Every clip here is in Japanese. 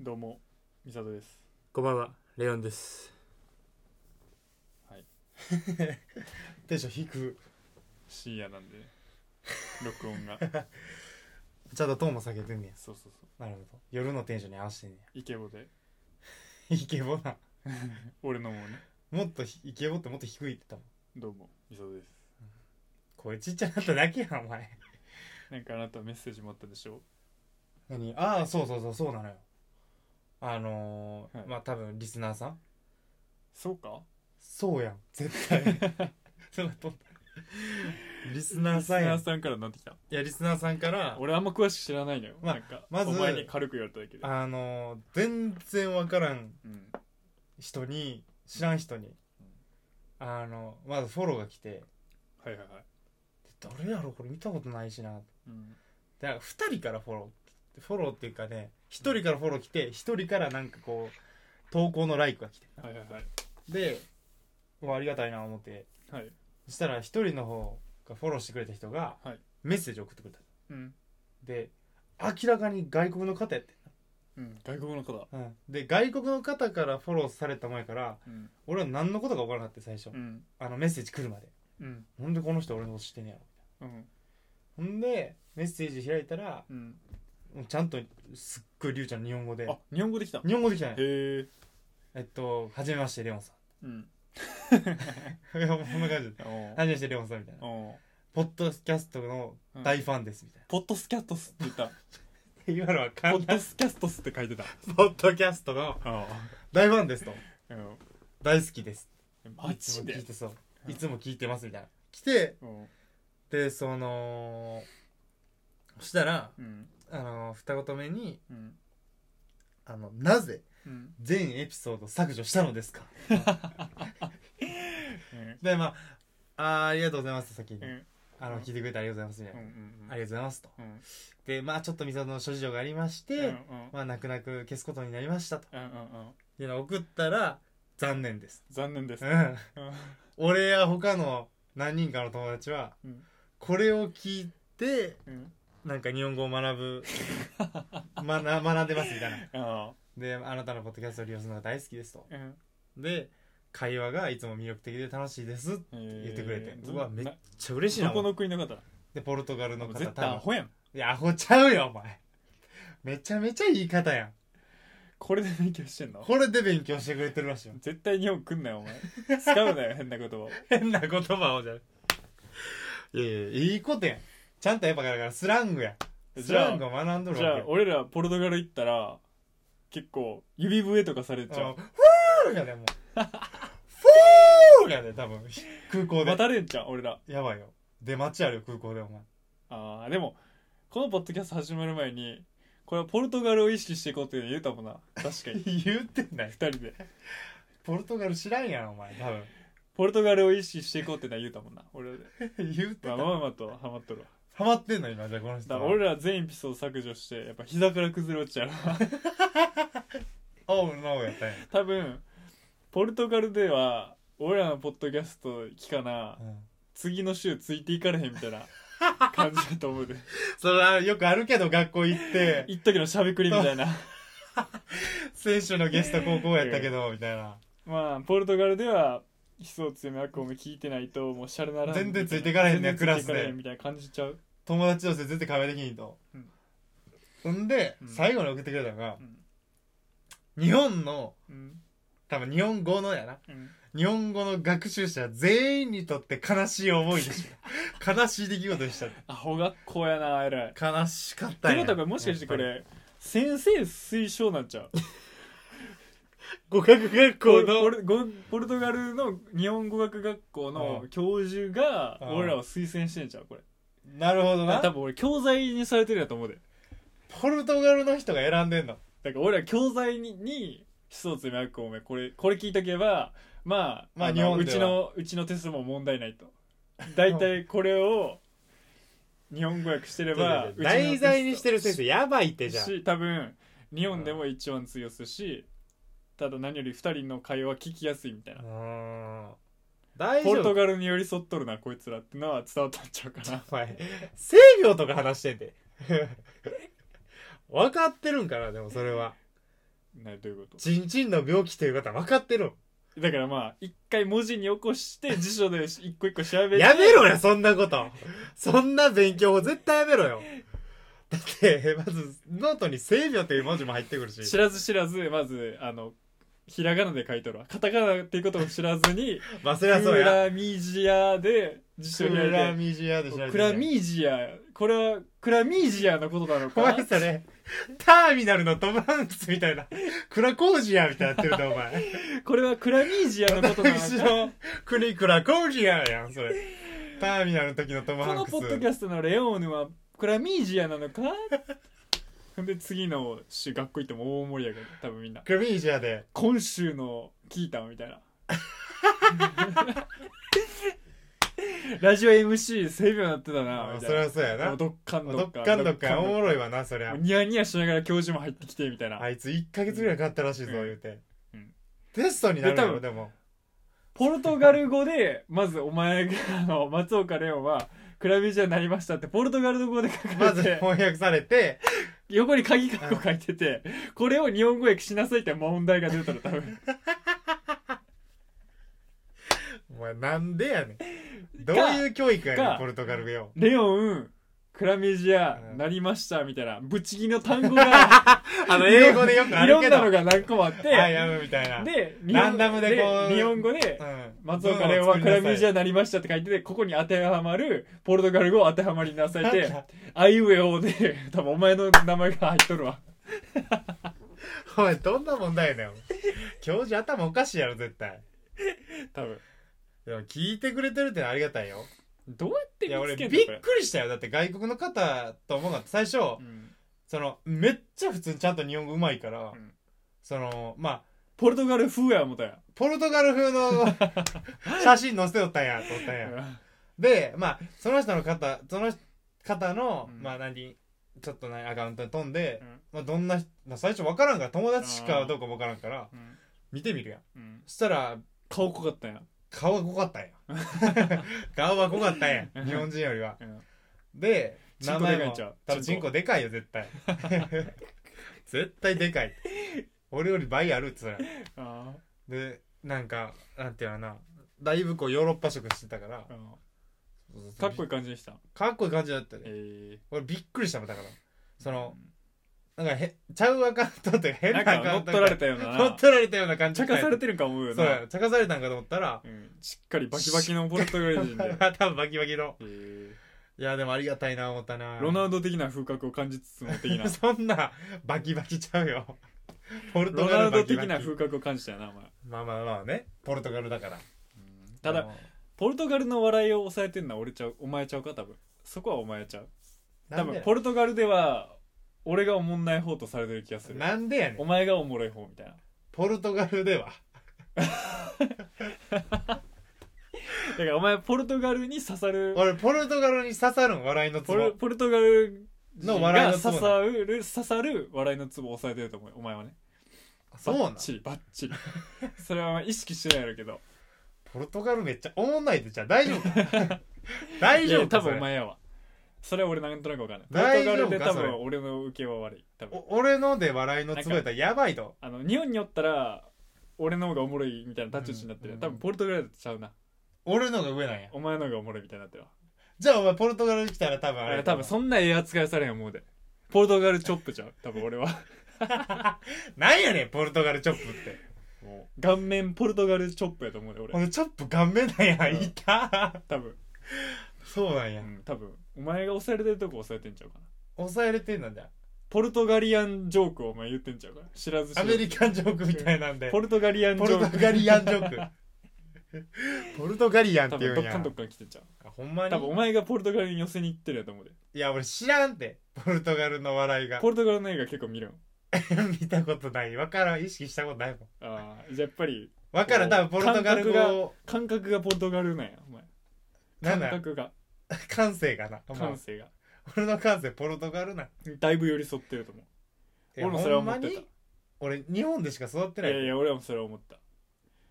どうも、みさとです。こんばんは、レオンです。 テンション低く深夜 なんで、ね、録音が。ちゃんとトーンも下げてんねそうそうそう。やなるほど夜のテンションに合わせてんねイケボで、や イケボな俺のもね、もっとひイケボってもっと低いって多分どうも、みさとです。声ちっちゃなっただけやんお前なんかあなたメッセージもあったでしょ 何ああそうそうそうそうなのよあのーはいまあ多分リスナーさんそうかそうやん絶対 それは飛んだリスナーさんやんリスナーさんからなってきた。いやリスナーさんから俺あんま詳しく知らないのよ。まあなんか、まずお前に軽く言われただけで。あのー全然わからんうん。人に知らん人にあのまずフォローが来てはいはいはい。誰やろこれ見たことないしなうん。だから2人からフォローフォローっていうかね1人からフォロー来て1人からなんかこう投稿のライクが来てはいはいはい。でうわありがたいな思ってはい。そしたら1人の方がフォローしてくれた人がはいメッセージ送ってくれたうん。で明らかに外国の方やってうん。外国の方。んな、うん、で外国の方からフォローされた前からうん。俺は何のことか分からなかった最初、うん。あのメッセージ来るまでうん。なんでこの人俺のこと知ってんねやろうん。ほんでメッセージ開いたらうん。もうちゃんとすっごいりゅうちゃんの日本語であ、日本語できた。へ日本語できたねえ。えっと、はじめまして、レオンさうん。ん。い や、もうそんな感じで。おうはじめまして、レオンさんみたいな。おうポッドキャストのうん大ファンです、みたいポッドスキャットスって言った。な。今のはポ簡ッド単。スキャストスって書いてた。ポッドキャストの大ファンですと。うん大好きです。マいつジも聞いでてそうう。んいつも聞いてます、みたいな。来て、うんで、その、そしたら、うんあの、二言目に、うんあの、なぜうん全エピソード削除したのですかうんで、まあ、あーありがとうございます、先にう。んあの、聞いてくれてありがとうございます、うみたいんな。ありがとうございます、と。うんうんで、まあ、ちょっとミサの諸事情がありまして、うんまあ、泣く泣く消すことになりましたとうんうんうんいうのを送ったら残念です、残念ですう。ん、うん俺や他の何人かの友達はうんこれを聞いてうんなんか日本語を 学ぶまな学んでますみたいなあであなたのポッドキャストを利用するのが大好きですとーうんで会話がいつも魅力的で楽しいですめっ言ってくれてどうわめっなちゃ嬉しいどなこの国の方でポルトガルの方絶多対ア分ホやん。いやアホちゃうよお前めちゃめちゃ言い方やんこれで勉強してんのこれで勉強してくれてるらしいよ絶対日本来んなよ、お前。使うなよ、変な言葉を。変な言葉をじゃなくいやいやいいことやんちゃんとやっぱだからスラングやスじラゃングを学んどあ、るじゃわあ、俺らポルトガル行ったら、結構、指笛とかされけちゃよう。フォーやでもうフォーやで多分空港で渡れんちゃう、俺ら。やばいよ出待ちあるよ空港でお前ああでもこのポッドキャスト始まる前にこれはポルトガルを意識していこうって言うたもんな確かに言ってない二人でポルトガル知らんやんお前多ポルトガルを意識していこうってのは言うたもんな俺らで分言ってまあたまあハまあとハマっとるわマってんの今じゃあこの人だはから俺ら全エピソード削除してやっぱ膝から崩れ落ちちゃうオーノーやったんや 多分ポルトガルでは俺らのポッドキャスト聞かなうん次の週ついていかれへんみたいな感じだと思うでそれはよくあるけど学校 行って一時のしゃべくりみたいな選手のゲスト高校やったけどみたいなまあポルトガルでは悲壮強め悪夢聞いてないともうシャレならん全然ついてかれへんね全然ついてクラスでかれへんみたいな感じちゃう友達同士で絶対壁できひんと、うん、んで、うん最後に送ってくれたのがう、ん日本のうん多分日本語のやなうん日本語の学習者全員にとって悲しい思いでした 悲しい出来事でしたアホ学校やな偉いって悲しかったんこやとはもしかしてこれ先生推奨なん ちゃう語学学ポ校ルのポルゴポルトガルの日本語学学校のうん教授がうん俺らを推薦してんちゃうこれなるほどな多分俺教材にされてるやと思うでポルトガルの人が選んでんのだから俺ら教材にに思想詰め悪くおめこれこれ聞いとけばまあ,、まあの日本うではちのうちのテストも問題ないと大体これを日本語訳してればうちのテスト題材にしてる先生、やばいってじゃん。し多分日本でも一番通用するしただ何より2人の会話聞きやすいみたいうな、ーん大ポル丈ト夫ガルに寄り添っとるなこいつらってのは伝わったんちゃうかな お前、西 洋とか話してんで。分かってるんかなでもそれはないどういうこチンチンの病気ということは分かってるとだからまあ一回文字に起こして辞書で一個一個調べてやめろよそんなことそんな勉強を絶対やめろよだってまずノートに「性病」っていう文字も入ってくるし知らず知らずまずあのひらがなで書いとるわカタカナっていうことを知らずに忘クれはそうやラミジアで辞書クに入ラれミジアで調べててクラミジアこれはクラミジアのことなのおか前それターミナルのトムハンクスみたいなクラコージアみたいになってるな お前これはクラミジアのことなの私かの国クラコージアやんそれターミナルの時のトムこハンのクポッドキスャストのレオーヌはクラミージアなのかほんで次の週学校行っても大盛り上がり多分みんなクラミジアで今週の聞いたみたい なラジオ MC セ秒になってたなみたそれいはそうなやもなうどっかんどどっっかかんどっかんおももろいわなそりゃうニヤニヤしながら教授も入ってきてみたいな、あいつ1ヶ月ぐらいかかったらしいぞうん言うてうんテストになるやろででもポルトガル語でまずお前があの松岡レオンはクラミジアになりましたってポルトガル語で書かれてまず翻訳されて横に鍵括弧書いてて、これを日本語訳しなさいって問題が出たら多 分。お前なんでやねんどういう教育やねかんポルトガル語よレオン、クラミジアう、んなりました、みたいな、ぶちぎの単 語が、あの英語でよくあいるろけんどなのが何個もあって、アイアムみたいなで、ランダムでこう日本語で、うん松岡レオンはクラミジアアなりましたって書いてて、ここに当てはまる、ポルトガル語を当てはまりなさいって、あいうえおで、 多分お前の名前が入っとるわ。お前どんな問題やねんお前教授頭おかしいやろ絶対多分。でも聞いてくれてるってのはありがたいよどうやっていや俺見つびけっんくのこれ。りしたよだって外国の方と思うのって最初うんそのめっちゃ普通にちゃんと日本語うまいから、んそのまあポルトガル風や思ったや。ポルトガル 風の写真載せておったんやと思ったんやでまあその人の方その方の、うんまあ何ちょっと何アカウントに飛んで、うんまあ、どんな人まあ最初分からんから友達しかどうか分からんからうん見てみるやんうんそしたら顔濃かったんや。顔が濃かったんや 顔は濃かったんや日本人よりはうんでチン名コ前でかいもんちゃう多分チンチコンコでかいよ 絶対絶対でかい俺より倍あるっつうのあでなんかなんていうのかなだいぶこうヨーロッパ色してたからああかっこいい感じでした。かっこいい感じだったねええ俺びっくりしたもんだからそのなんかへちゃうアカウントって変ななアんカかウン乗トっ取られたような乗っな。取られたような感じ茶化されてるんか思うよそうなや。茶化されたんかと思ったら うんしっかりバキバキのポルトガル人で。多分バキバキのええいやでもありがたいな思ったなロナウド的な風格を感じつつも 的な。 そんなバキバキちゃうよポルトロガナルウドバキバ的キな風格を感じたよな、お前。まあまあまあねポルトガルだからただ、ポルトガルの笑いを抑えてんのは俺ちゃう、お前ちゃうか、多分。そこはお前ちゃう。多分、ポルルトガルでは、俺がおもんない方とされてる気がする。なんでやねおん前がおもろい方みたいな。ポルトガルではだからお前、ポルトガルに刺さる。俺ポルトガルに刺さるん笑いのツポボルポルトガル人の笑いがのツ刺ボさる刺さる笑いのツボを抑えてると思うよお前はねそうなバッんチリバッ チリそれはお前意識してないやろうけどポルトガルめっちゃおもんないでじゃあ大丈夫か 大い丈や夫か多それ分お前やわそれは俺なんとなく分かんないポ大ルトガ丈ル夫かで多それ分俺の受けは悪い多分お俺ので笑いのツボやったらやばいとあの日本におったら俺の方がおもろいみたいな立ち位置になってる、うん多分ポルトガルだとちゃうな俺のが上なんやお前の方がおもろいみたいになってるわじゃあお前ポルトガルに来たら多分ああれれ多分そんなええ扱いされへん思うでポルトガルチョップちゃう多分俺はなんやねんポルトガルチョップってもう顔面ポルトガルチョップやと思うで俺俺チョップ顔面なんやうんいた多分そうなんやうん、多分お前が抑えれてるとこ抑えてんちゃうかな抑えれてんなんだポルトガリアンジョークをお前言ってんちゃうかな知らず知アらずメリカンジョークみたいなんでポルトガリアンジポョルートクガリアンジョーク ポルトガリアン多ってい分うどんっかやんどっかん来てんちゃうほんま多分おに前がポルトガルに寄せに行ってるやと思うでいや俺知らんってポルトガルの笑いがポルトガルの映画結構見るん見たことないわからん意識したことないもんああじゃあやっぱりわからん多分ポルトガル感語感覚がポルトガルなんやお前なん感だ覚が感性がなお前感性が俺の感性ポルトガルなんだいぶ寄り添ってると 思う俺もそれは思ってたいやほんまに俺日本でしか育っていないやいや俺もそれは思った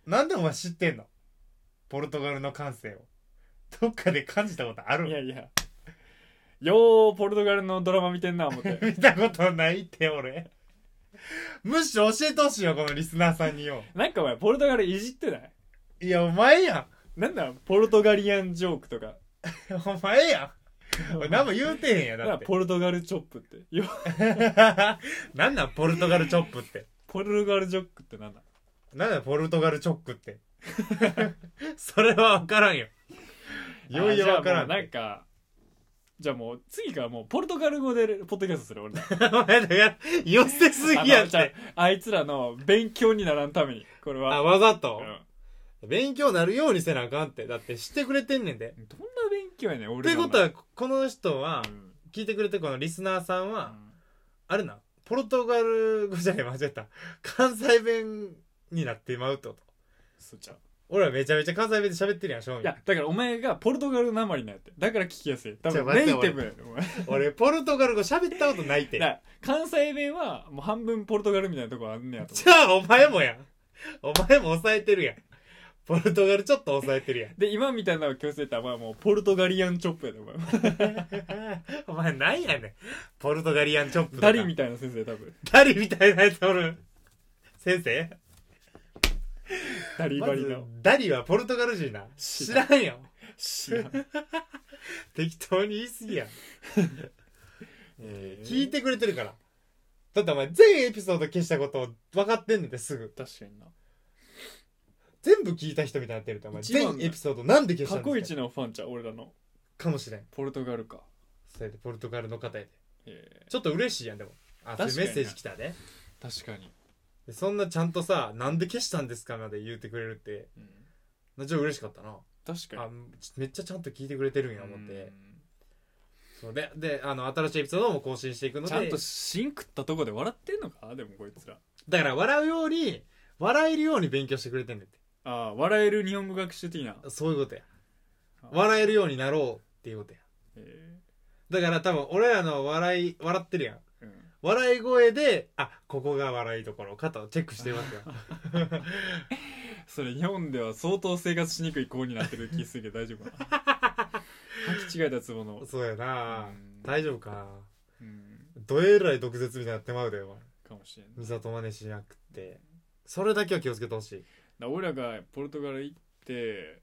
なんでお前知ってんのポルトガルの感性をどっかで感じたことあるいやいや ようポルトガルのドラマ見てんな思って見たことないって俺むしろ教えてほしいよ、このリスナーさんによ。なんかお前ポルトガルいじってないいや、お前やなんだポルトガリアンジョークとかん。お前やん。俺な何も言うてへんや、だんっかて。ポルトガルチョップってよ なんなん、ポルトガルチョップって。ポルトガルジョックってなんだなんだ、ポルトガルチョックって。 それは分からんよ。いよいよ分かあらじゃあもうなんん。かじゃあもう次からもうポルトガル語でポッドキャストする 俺お前だから、寄せすぎやっあのて。じゃああいつらの勉強にならんためにこれあ、は、わざうとん、勉強なるようにせなあかんって。だって知ってくれてんねんで。どんな勉強やねんっ俺てのことは、この人はう、ん聞いてくれてるこのリスナーさんうは、んあれな、ポルトガル語じゃねえ、間違えた。関西弁になってまうってこと。そうちゃう俺らめちゃめちゃ関西弁で喋ってるやん、正い味や。だからお前がポルトガルなまりなんやってだから聞きやすい多ちょ分待ネイってティブやねお前俺、ポルトガル語喋ったことないって。だから関西弁はもう半分ポルトガルみたいなとこあんねやと思じゃあ、お前もやん。お前も抑えてるやん。ポルトガルちょっと抑えてるやん。うで今みたいなのを強制たらまあもうポルトガリアンチョップやでお 前お前なんやねん。ポルトガリアンチョップとダか。リみたいな先生多分 ダリみたいなやつおる。先生ダリまバリずの、ダリはポルトガル人な。知らんよ。知らん適当に言い過ぎやん。えー聞いてくれてるから。だってお前全エピソード消したこと分かってんねんてすぐ。確かにな全部聞いた人みたいになってるってお前一番全エピソードなんで消した過ん去です一のファンちゃう俺らのかかもしれん。ポルトガルかそれでポルトガルの方やで。えちょっと嬉しいやんでも。あ、そういう確かメにッセージ来たで。ー確かに、でそんなちゃんとさ、なんで消したんですかまで言うてくれるって、うんなちょっと嬉しかったな。確かにあちめっちゃちゃんと聞いてくれてるんや思っうて。んそうで、で、あの、新しいエピソードも更新していくので。ちゃんと芯食ったとこで笑ってんのかでもこいつらだから笑うように、笑えるように勉強してくれてんねんって。ああ笑える日本語学習的な、そういうことやあ。笑えるようになろうっていうことや。えだから多分俺らの笑い、笑ってるやん。ーうん笑い声で、あ、ここが笑いどころかとチェックしてますよ。 それ日本では相当生活しにくい子になってる気するけど大丈夫か な履き違えたツボのそうやなうん大丈夫か。うんどえらい毒舌みたいになってまうで、お前。かもしれんない美里真似しなくて。それだけは気をつけてほしい。だ俺らがポルトガル行って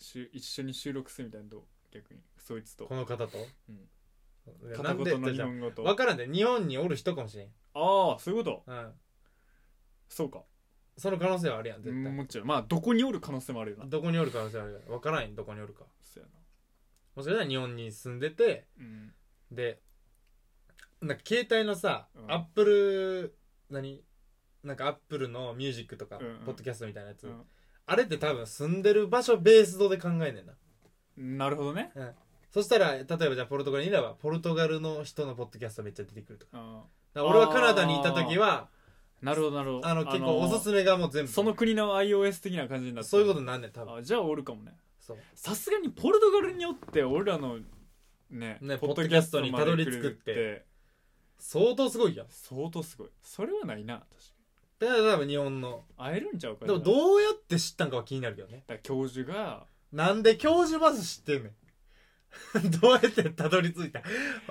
し一緒に収録するみたいなのどう逆にそいつとこの方と。うんいやな片んで言の日じゃ本語あとわからんで、日本におる人かもしれん。ああそういうことうん。そうかその可能性はあるやん、絶対。もちろんまあどこにおる可能性もあるよなどこにおる可能性はあるやん。わからんやん、どこにおるか。そうやなもしかしたら日本に住んでて、うんで、なんか携帯のさう、んアップル、何なんかアップルのミュージックとか、うんうんポッドキャストみたいなやつ、うんあれって多分住んでる場所ベース度で考えねんな。なるほどねそしたら、例えばじゃあポルトガルにいれば、ポルトガルの人のポッドキャストめっちゃ出てくるとか。うんだから俺はカナダにいた時は、なるほどなるほどあの結構おすすめがもう全部、その国の iOS 的な感じになってそういうことになんねん、多分。あじゃあおるかもねそう。さすがにポルトガルによって俺らのねねポッドキャストにたどり着くポッドキってャストまで来る相当すごいやん。相当すごいそれはないな確かだから多分日本の。に会えるんちゃうかでもうどうやって知ったんかは気になるけどね。教授がなんで教授バス知ってん ねん。どうやってたどり着いた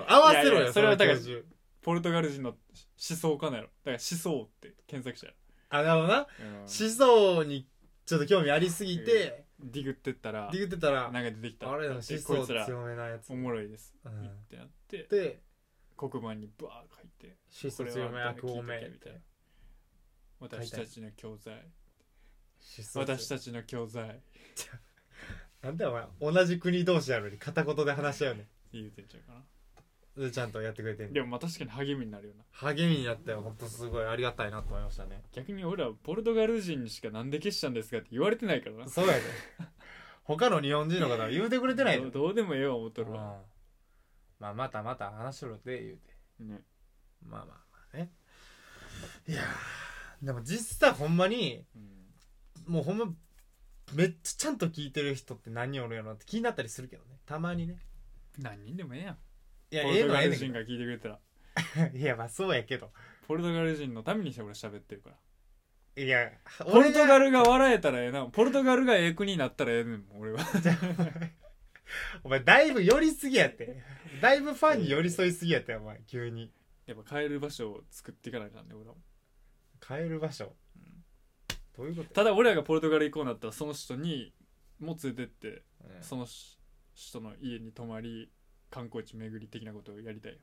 合わせろよ、いやいやそれはのだ教から授ポルトガル人の思想家なんやろだから思想って検索したあ、なるほどな。ら、うん思想にちょっと興味ありすぎて、ディグってったらって言ってたら、なんか出てきたあれの思でこい想つら強めなやつお。もろいです、うんってなってで、黒板にバー書いて思想強め、は悪多め聞いとけ。みたいな私たちの教材思想強め私たちの教材なんでお前、同じ国同士やのに片言で話し合うね。言うてんちゃうかなんでちゃんとやってくれてんねんでもまあ確かに励みになるよな励みになったよ。ほんとすごいありがたいなと思いました ね。逆に俺はポルトガル人にしかなんで消したんですかって言われてないからなそうやで。他の日本人の方は言うてくれてないどのう。どうでもええわ思っとるうんわ、まあまたまた話しろって言うてね、まあまあまあねいやーでも実際ほんまにうんもうほんまめっちゃちゃんと聞いてる人って何人おるやろなって気になったりするけどねたまにね何人でもええやんいやポえルえトのガはええルねんけ人が聞いてくれたらどいやまあそうやけどポルトガル人のために俺喋ってるからいやポルトガルルが笑えたらええなポルトガルがええ国になったらええねん俺は お前だいぶ寄りすぎやってだいぶファンに寄り添いすぎやってお前急にやっぱ変える場所を作っていかなあかんね俺らも変える場所んどういうことただ俺らがポルトガル行こうなったらその人にも連れてってうんそのし人の家に泊まり観光地巡り的なことをやりたいよ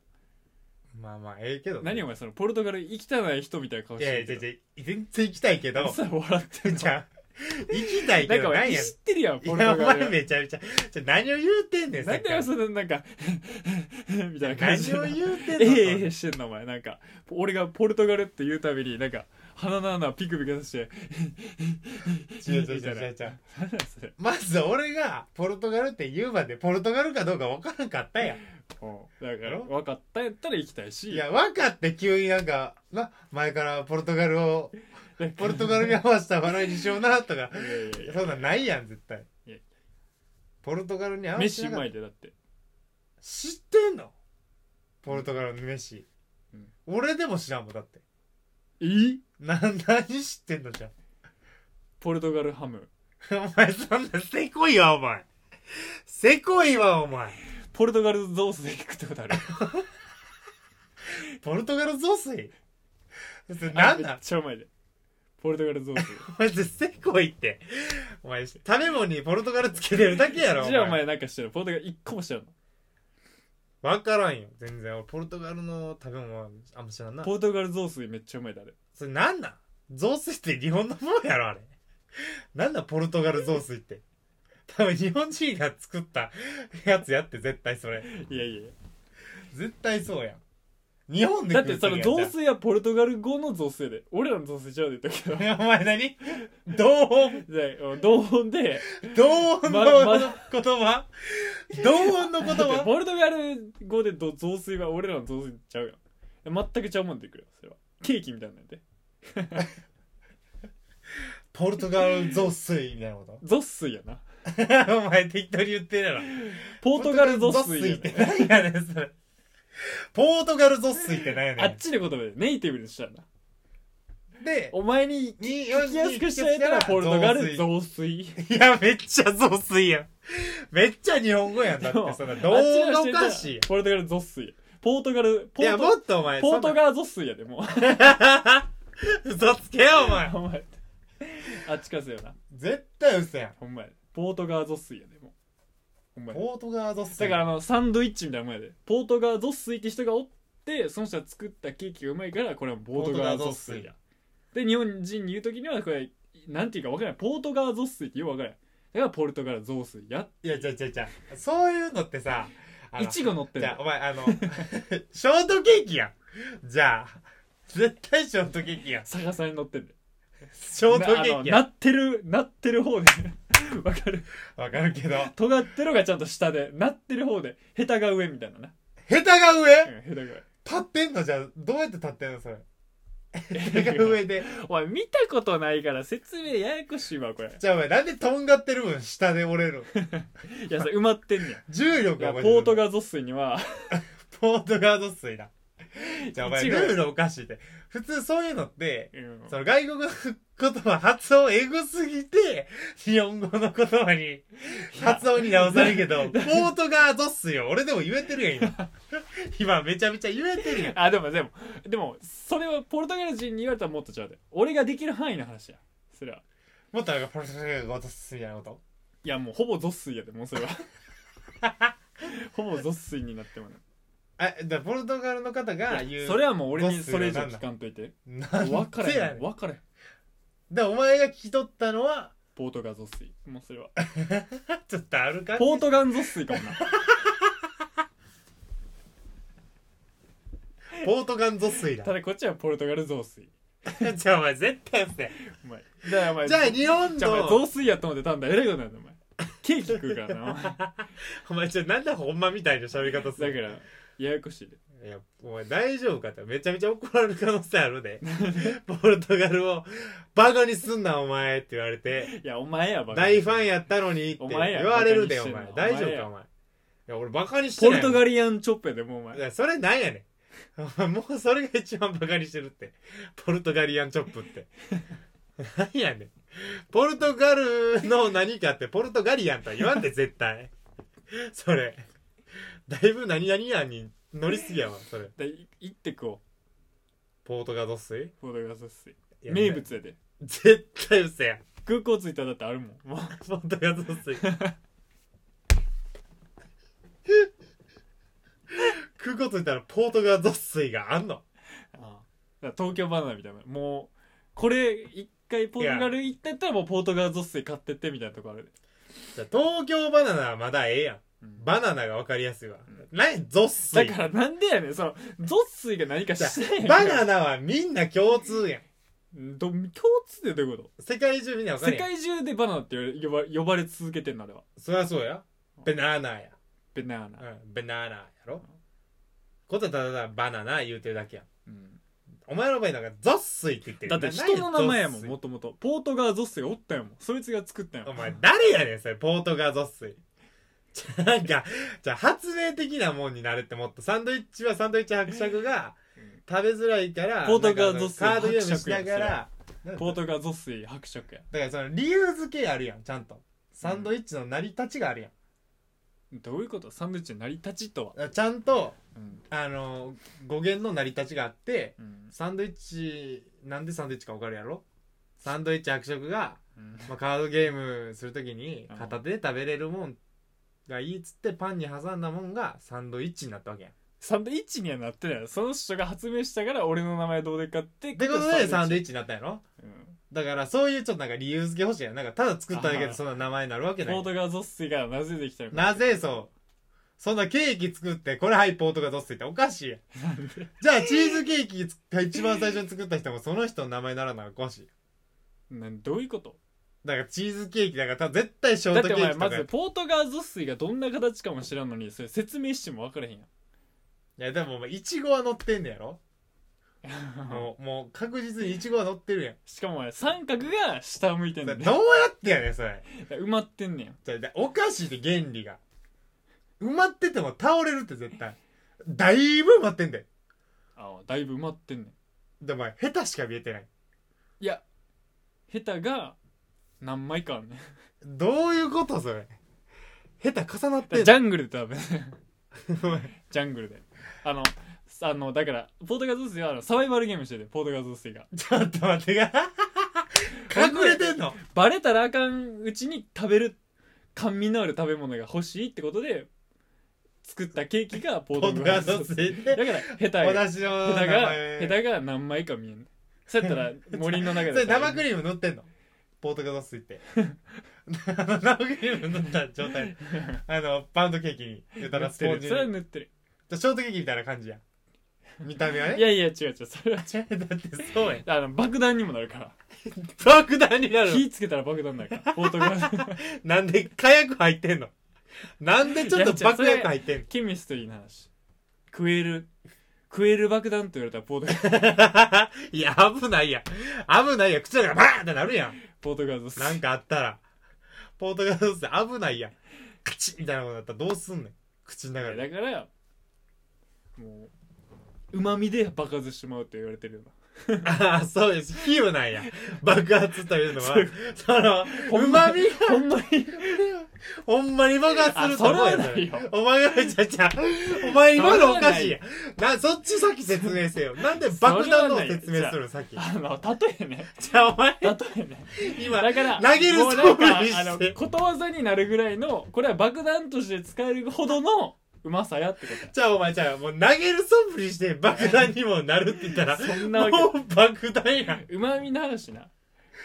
まあまあええけどね何お前そのポルトガル行きたない人みたいな顔いしてやいるけや全ど然全然行きたいけどさ笑ってんのじゃあ行きたいなけんかどお何前や知ってるやんいポルやトおガ前ルめちゃめちゃちょ何を言うてんねんなんでよさそっのなんか みたいな感きからじ何を言うてんえの、へえへしてんのお前なんか俺がポルトガルって言うたびになんか鼻の穴ピクピクさして違う違う違う違う違何うだそれまず俺がポルトガルって言うまでポルトガルかどうか分からんかったやんうんだからやろ分かったんやったら行きたいしいや分かって急になんかな前からポルトガルをなんかポルトガルに合わせた笑いにしようなとかいやいやいやそんなんないやん絶対いやいやポルトガルに合わせ飯てうなかまっいでだってた知ってんのポルトガルの飯、うん俺でも知らんもんだってえな 何知ってんのじゃんポルトガルハムお前そんなせこいわお前せこいわお前ポルトガルゾースで行くってことあるポルトガル雑炊それなんあだめっちゃうまいでポルトガルゾ ースお前せこいってお前食べ物にポルトガルつけてるだけやろじゃあお前なんかしてるポルトガル一個も知らんの分からんよ全然俺ポルトガルの食べ物はあんま知らんなポルトガル雑炊めっちゃうまいだあれそれなんなん雑炊って日本のもんやろあれなんだポルトガル雑炊って多分日本人が作ったやつやって絶対それいやいやいや絶対そうやん日本でだっ食うてそのやつやん雑炊はポルトガル語の雑炊で俺らの雑炊ちゃうで言ったけどお前何同音で同音で同音まのま言葉同音の言だって葉ポルトガル語でど雑炊は俺らの雑炊ちゃうやん全くちゃうもんでくるよそれはケーキみたいなんでポルトガル雑炊みたいなこと雑炊やなお前適当に言ってるやろポルポトガル雑炊やっねて何やねんそれポートガル雑炊って何やあねっちの言葉でネイティブにしたらな。んでお前にに聞きやすくしたやったらポルトガル雑炊。いやめっちゃ雑炊やんめっちゃ日本語やんだってそんなどあっちうの人やもおったらかしいポルトガル雑炊。ポートガル、ポやんいやーもト、っとお前ポートルガー雑炊やで、もう。嘘つけよお前お前。あっちかせよな。絶対嘘やんほんまや。ポートガー雑炊やで、もう。ほんまや。ポートガル雑だ炊からあの、サンドイッチみたいなもんやで。ポートガー雑炊って人がおって、その人が作ったケーキがうまいから、これはポートガー雑炊や。で、日本人に言うときには、これ、なんていうかわからない。ポートガー雑炊ってよくわからない。だからポルトガル雑炊や。いや違う違う違うそういうのってさあのいちご乗ってんじだゃあお前あの ショートケーキやんじゃあ絶対ショートケーキやん逆さに乗ってんだよショートケなあーのキなやってるなってる方で わかるんわかるけど尖ってるがちゃんと下でなってる方でヘタが上みたいなな、下手がう上ん、ヘタが上立ってんのじゃあどうやって立ってん のそれ下手が上でおい見たことないから説明ややこしいわこれじゃあお前なんでとんがってる分下で折れるのいやそれ埋まってん ねんい重力がやおポ前ートガー雑炊にはポートガード水だじゃあお前一ル部ールおかしいって普通そういうのってうんその外国の言葉発音エグすぎて、日本語の言葉に、発音に直されるけど、ポートガードっすよ。俺でも言えてるやん、今。今めちゃめちゃ言えてるやん。あでもでもでもそれはポルトガル人に言われたらもっと違うで俺ができる範囲の話やそれはもっとなんかポルトガードっすみたいなこと。いやもうほぼ雑炊やでもうそれは ほぼ雑炊になってもらうあ、だからポルトガルの方がい言やう。それはもう俺に雑炊それ以上は何聞かんといてなん分からでやへねんん。分からへんだお前が聞き取ったのは、ポートガー雑炊もうそれはちょっとあるかポートガン雑炊かもな ポートガン雑炊だた。だこっちはポルトガル雑炊じゃあお前絶対嘘やお前だからお前じゃあ日本じゃあお前の、雑炊やと思ってたんだ偉いことなんだお前ケーキ食うからなお前だかお前ちょ、なんだほんまみたいな喋り方する。らややこしいでいや、お前大丈夫かって、めちゃめちゃ怒られる可能性あるで。ポルトガルを、バカにすんなお前って言われて、いやお前やば大ファンやったのにってお言前やわれるで、おバカ前にし。てんな大丈お前夫やかお前。いや、俺バカにしてポないルもん。トガリアンチョップやでもうおい前や、それなんやねん。 お前もうそれが一番バカにしてるって。ポルトガリアンチョップって。なんやねん。ポルトガルの何かって、ポルトガリアンとは言わんで、絶対。それ。だいぶ何々やんに乗りすぎやわ、それ。でい行ってこポートガード水ポートガー雑炊名物やで絶対嘘や空港着いたらだってあるもんもうポートガード水空港着いたらポートガード水があんのあだから東京バナナみたいなもうこれ一回ポートガル行ったやったらもうポートガー雑炊買ってってみたいなとこあるで、じゃあ東京バナナはまだええやんうんバナナが分かりやすいわん何雑だ炊からなんでやねんその雑炊が何かしてないバナナはみんな共通やんど共通でどういうこ世界中みんな分と世かるやん界中でバナナって呼ば呼ばれ続けてんのあれはそりゃそうやベナーナやベナナ、うんベナーナやろことはただただバナナ言うてるだけやんうんお前の場合なんか雑炊って言ってるだって人の名前やもん何雑もともとポートガー雑炊がおったんやもんそいつが作ったんやも炊んお前誰やねんそれポートガー雑炊じゃあなんかじゃあ発明的なもんになるってもっとサンドイッチはサンドイッチ伯爵がうん食べづらいからポートガー雑炊なんかあのカードゲームしながらポートガー雑炊伯爵やだからその理由付けあるやんちゃんとサンドイッチの成り立ちがあるやんどういうことサンドイッチの成り立ちとは、だからちゃんとうんあの語源の成り立ちがあってうんサンドイッチなんでサンドイッチか分かるやろサンドイッチ伯爵が、うんまあ、カードゲームするときにうん片手で食べれるもんがいいっつってパンに挟んだもんがサンドイッチになったわけやんサンドイッチにはなってないよその人が発明したから俺の名前どうでかってってことでサンドイッチッチになったんやろうんだからそういうちょっとなんか理由付け欲しいやんなんかただ作っただけでそんな名前になるわけポないートガー雑炊がなぜできたのかなぜそうそんなケーキ作ってこれはいポートがどっついっておかしいやんじゃあチーズケーキが一番最初に作った人もその人の名前にならなおかしいなんどういうことだからチーズケーキだから多分絶対ショだーってトケおー前キとかまやずポートガー雑炊がどんな形かも知らんのにそれ説明しても分からへんやんいやでもお前いちごは乗ってんねやろ、もうもう確実にいちごは乗ってるやんしかもお前三角が下向いてんねそれんどうやってやねんそれ埋まってんねんそれだおかしいで原理が埋まってても倒れるって絶対だいぶ埋まってんだよあだいぶ埋まってんねんでお前下手しか見えてないいやヘタが何枚かあんねんどういうことそれ下手重なってんジのャングルで食べるお前ジャングルであのあのだからポートガー雑炊はあのサバイバルゲームしててポートガー雑炊がちょっと待っ てが隠れてんのバレたらあかんうちに食べる甘味のある食べ物が欲しいってことで作ったケーキがポーポトトガーガ雑ード炊ついだてからヘタが私のヘ名タがヘ前タが何枚か見えんそうやった ら森の中そでれ生クリーム塗ってんのポートガードついて生クリーム塗った状態あのパウンドケーキに言ったらスそポンジにれは塗ってるショートケーキみたいな感じや見た目はいねやいや違う違うそれは違うだってそうやあの爆弾にもなるか爆弾にならる火つけたら爆弾になる からポートガーなんで火薬入ってんのなんでちょっと爆いや違うそれ薬入ってんのケミストリーの話食える食える爆弾と言われたらポートガーいや危ないやん危ないやん口の中がバーンってなるやんポートガーズなんかあったら、ポートガードって危ないやん。カチッみたいなことだったらどうすんねん。口の中で。だからもううまみで爆発してまうと言われてるようなああ、 そうです。比 喩なんや。爆発というのはそう、その、ほうんままみが、ほんまにほんまに爆発すると思うやんあそれはないよお前が、ちゃちゃ、お前今のおかしいやん。な、そっちさっき説明せよ。なんで爆弾のを説明するのさっき。あの例えねじゃあお前、例えね今、だから投げるもうなんか装備してあのことわざになるぐらいのこれは爆弾として使えるほどのうまさやってこじゃあお前、じゃあもう投げるそぶりして爆弾にもなるって言ったらと、そんなわけもう爆弾やん。うまみの話な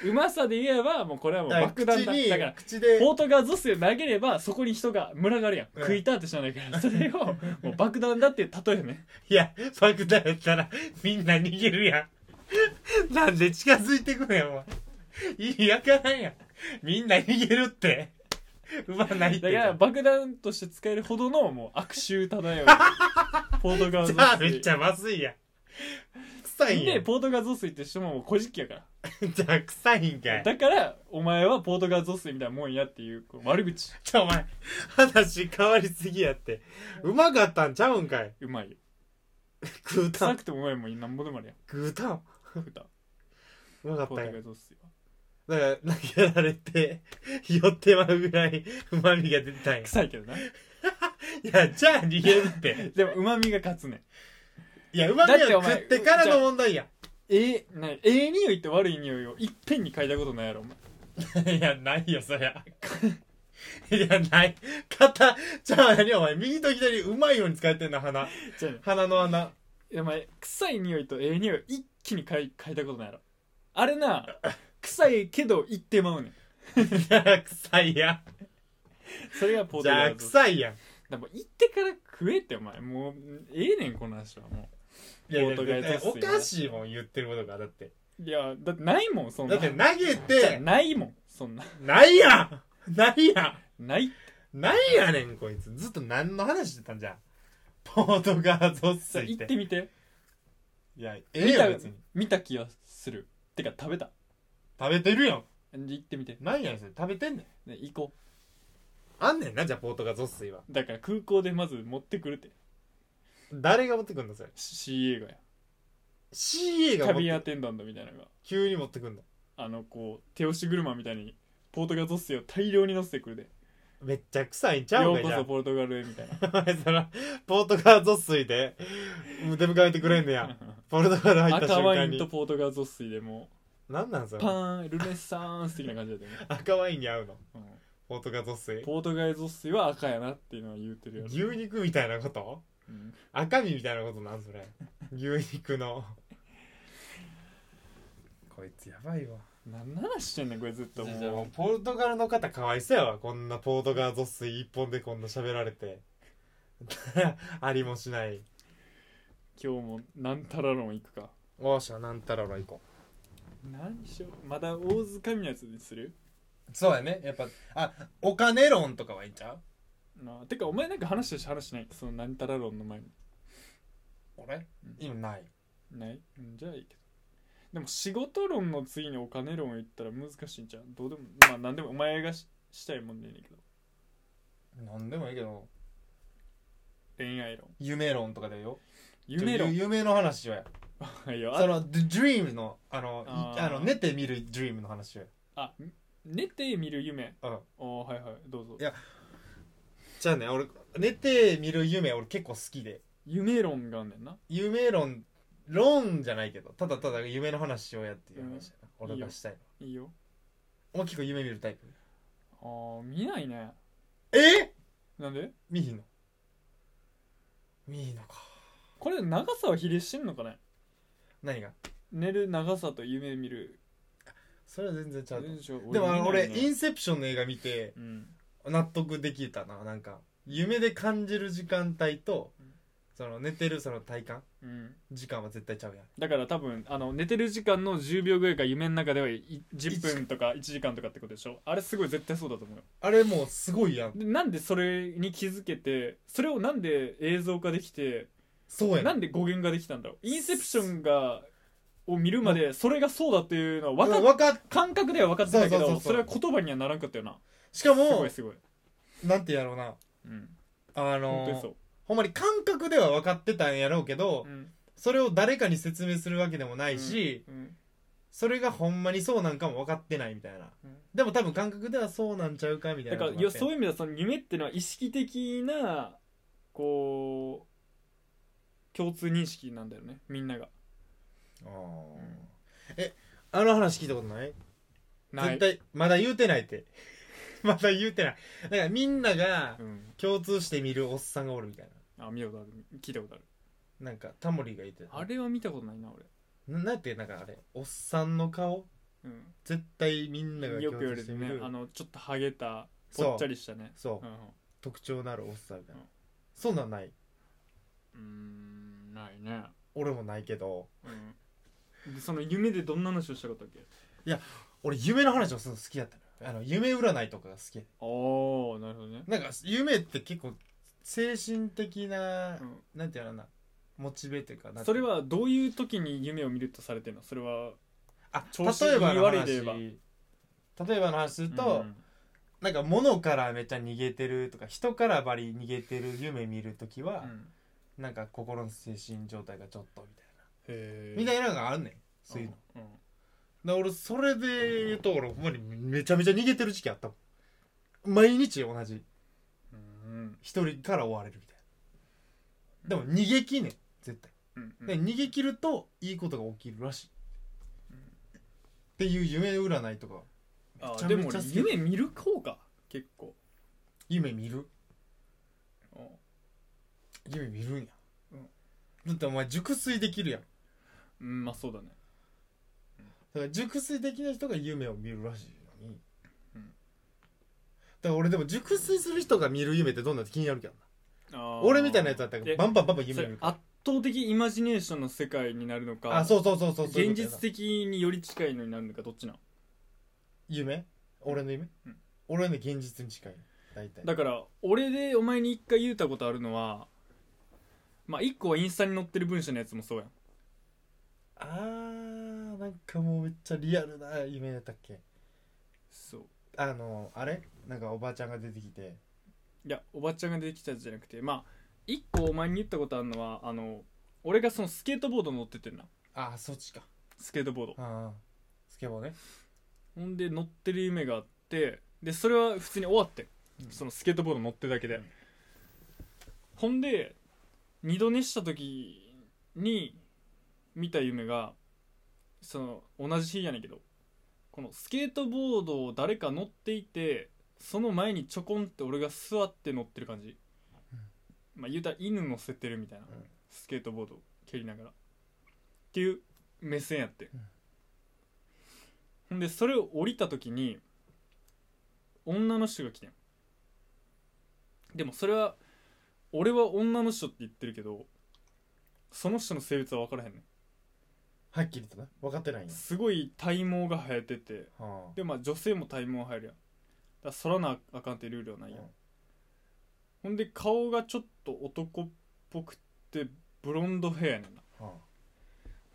うまさで言えばもうこれはもうだ爆から弾口だにだから口でポートガーゾスで投げればそこに人が群がるやん、うん食いたってしゃあないからそれをもう爆弾だって例えねいや爆弾やったらみんな逃げるやんなんで近づいてくのやもう意味わからんやんみんな逃げるって馬ないっだてからじ爆弾として使えるほどのもう悪臭 漂うポートガーゾスゃあめっちゃまずいやん臭いんやでんポートガーゾスって人ももう古事記やからじゃあ臭いんかいだからお前はポートガーゾスみたいなもんやっていうこう悪口ちょお前話変わりすぎやってうまかったんちゃうんかいう まいよ食うた臭んくてもうまいもんなんぼでもあるやん食うたん 歌うまかっポたんートガやーゾスはだから投げられて寄ってまうぐらいうまみが出てたんや臭いけどないやじゃあ逃げるってでもうまみが勝つねんいや、うまみだっておを前食ってからの問題や。ええなええ匂いと悪い匂いをいっぺんに嗅いだことないやろお前 いや、ないよ、そりゃ。 いや、ない。肩、じゃあ何お前、右と左、うまいように使ってんの、鼻。じゃあね鼻の穴。 いやお前臭い匂いとええ匂いを一気に嗅い嗅いだことないやろあれな臭いけど言ってまうねんいや、臭いや。それがポートじガゃーあ、ド臭いやん。でも行ってから食えってお前もうええねんこの話はもいやいやポートガードだってっすよおかしいもん、言ってることが。だって。ういやだってないもんそんだなって、投げじゃあて、ないもんそんなないやんないやんないってないやねん、こいつ。ずっと何の話してたんじゃん。ポートガードっすさい行て。ってみていや、ええ見よ、た別に。見た気がするてか食べた食べてるやん。で行ってみてなんやねん、それ。食べてんねん。で行こあんねんな、じゃあ、ポートガードっすいは。うだから空港でまず持ってくるって誰が持ってくんだ、それ。 CA がや CA が持っ旅てアテンダントみたいなのが急に持ってくんだあのこう手押し車みたいにポートガゾッセを大量に乗せてくるでめっちゃ臭いんちゃうよおう前こじゃそあポルトガルへみたいお前 そのポートガーゾ水で出迎えてくれん ねやなポルトガル入った赤瞬ワ間インとにポートガゾッセでも何なんそうれパーンルネサンス的な感じだったよね赤ワインに合うのうんポートガーゾ水 ポートガイ雑炊は赤やなっていうのは言うてるやろ、牛肉みたいなことうん赤身みたいなことなんそれ牛 肉のこいつやばいわ何の話してんねんこれずっとじゃあももうポルトガルの方かわいそうやわこんなポートガーゾ水一本でこんな喋られて ありもしないう今日もなんたら論いくかおーしゃなんたらら行こう何しようまだ大塚みのやつにするそうやねやっぱあお金論とかはいいんちゃうなあてかお前なんか話してし話しないその何たら論の前に俺うん今ないないうんじゃあいいけどでも仕事論の次にお金論言ったら難しいんじゃんどうでもまあ何でもお前がししたいもんでねんけどなんでもいいけど恋愛論夢論とかでよ夢論ゆ夢の話をやいやそあの The Dream のあのいああーの寝て見る Dream の話をやあ寝て見る夢うんおはいはいどうぞいやじゃあね俺寝て見る夢俺結構好きで夢論があんねんな夢論論じゃないけどただただ夢の話をやっていう話やな、うん俺がしたいのいいよ大きく夢見るタイプあー見ないねえなんで見ひんの見ひんのかこれ長さは比例してんのかね何が寝る長さと夢見るそれは全然ちゃうと思う全然違うでもあの俺見ないイねンセプションの映画見てうん納得できたななんか夢で感じる時間帯とうんその寝てるその体感うん時間は絶対ちゃうやんだから多分あの寝てる時間の10秒ぐらいが夢の中ではい10分とか1時間とかってことでしょあれすごい絶対そうだと思うよあれもうすごいやんでなんでそれに気づけてそれをなんで映像化できてそうやんなんで語源ができたんだろうインセプションがを見るまでそれがそうだっていうのは分かっ分かっ感覚では分かってたけそうそうそうそどうそれは言葉にはならんかったよなしかすごもいすごいなんてやろうなうんあ本の当にそうほんまに感覚では分かってたんやろうけどうんそれを誰かに説明するわけでもないしうんそれがほんまにそうなんかも分かってないみたいなうんでも多分感覚ではそうなんちゃうかみたいだなからいとやこそういう意味ではその夢っていうのは意識的なこう共通認識なんだよねみんながあーえあの話聞いたことないない絶対まだ言うてないって まだ言うてないだからみんながうん、共通して見るおっさんがおるみたいあ見たことある聞いたことあるななんかタモリがいてあれは見たことないな俺、ななんやってなんかあれおっさんの顔う絶対みんながん、よく共言わ通れしてて見ねるあのちょっとハゲたそうぽっちゃりしたねそう、うん特徴のあるおっさんみたいな、うんそんなんないうんないね、俺もないけどうん、でその夢でどんな話をしたかったっけ俺夢の話をするの好きだったのよあの夢占いとかが好きああなるほどね、なんか夢って結構精神的な、うんなんていうのかなモチベというかなんてそいれうのはどういう時に夢を見るとされてるのそれはあ調子例えばのいい悪いで言えば話例えばの話すると、うんなんか物からめっちゃ逃げてるとか人からばり逃げてる夢見るときはう、んなんか心の精神状態がちょっとみたいへーな、みたいなのがあるねんそういうの、うんうんだから俺それで言うと俺ほんまにめちゃめちゃ逃げてる時期あったもん毎日同じうん一人から追われるみたいなでも逃げきねん絶対ううんうんで逃げ切るといいことが起きるらしい、っていう夢占いとかあめちーゃでめもちゃ俺好き夢見る方か結構夢見るうん夢見るんや、うんだってお前熟睡できるやんうんまあそうだねだから熟睡できない人が夢を見るらしいのに、うんだから俺でも熟睡する人が見る夢ってどんなのって気になるけどなあー俺みたいなやつだったらえバンバンバンバン夢そ見れるから圧倒的イマジネーションの世界になるのかあそうそうそうそうそういう現ことやな実的により近いのになるのかどっちなの夢俺の夢、うん俺の現実に近い大体だから俺でお前に一回言うたことあるのはまあ一個はインスタに載ってる文章のやつもそうやんあーなんかもうめっちゃリアルな夢だったっけそうあのあれなんかおばあちゃんが出てきていやおばちゃんが出てきたじゃなくてまあ一個お前に言ったことあるのはあの俺がそのスケートボード乗っててんなああそっちかスケートボードああスケボーねほんで乗ってる夢があってでそれは普通に終わってん、うんそのスケートボード乗ってるだけで、うんほんで二度寝した時に見た夢がその同じ日やねんけどこのスケートボードを誰か乗っていてその前にちょこんって俺が座って乗ってる感じ、まあ言うたら犬乗せてるみたいな、うんスケートボードを蹴りながらっていう目線やって、うんほんでそれを降りた時に女の人が来てんでもそれは俺は女の人って言ってるけどその人の性別は分からへんねはっきりとな分かってないんんや、すごい体毛が生えててはでまあ女性も体毛生えるやんだから剃らなあかんってルールはなあいやん、ほんで顔がちょっと男っぽくてブロンドヘアやねんなは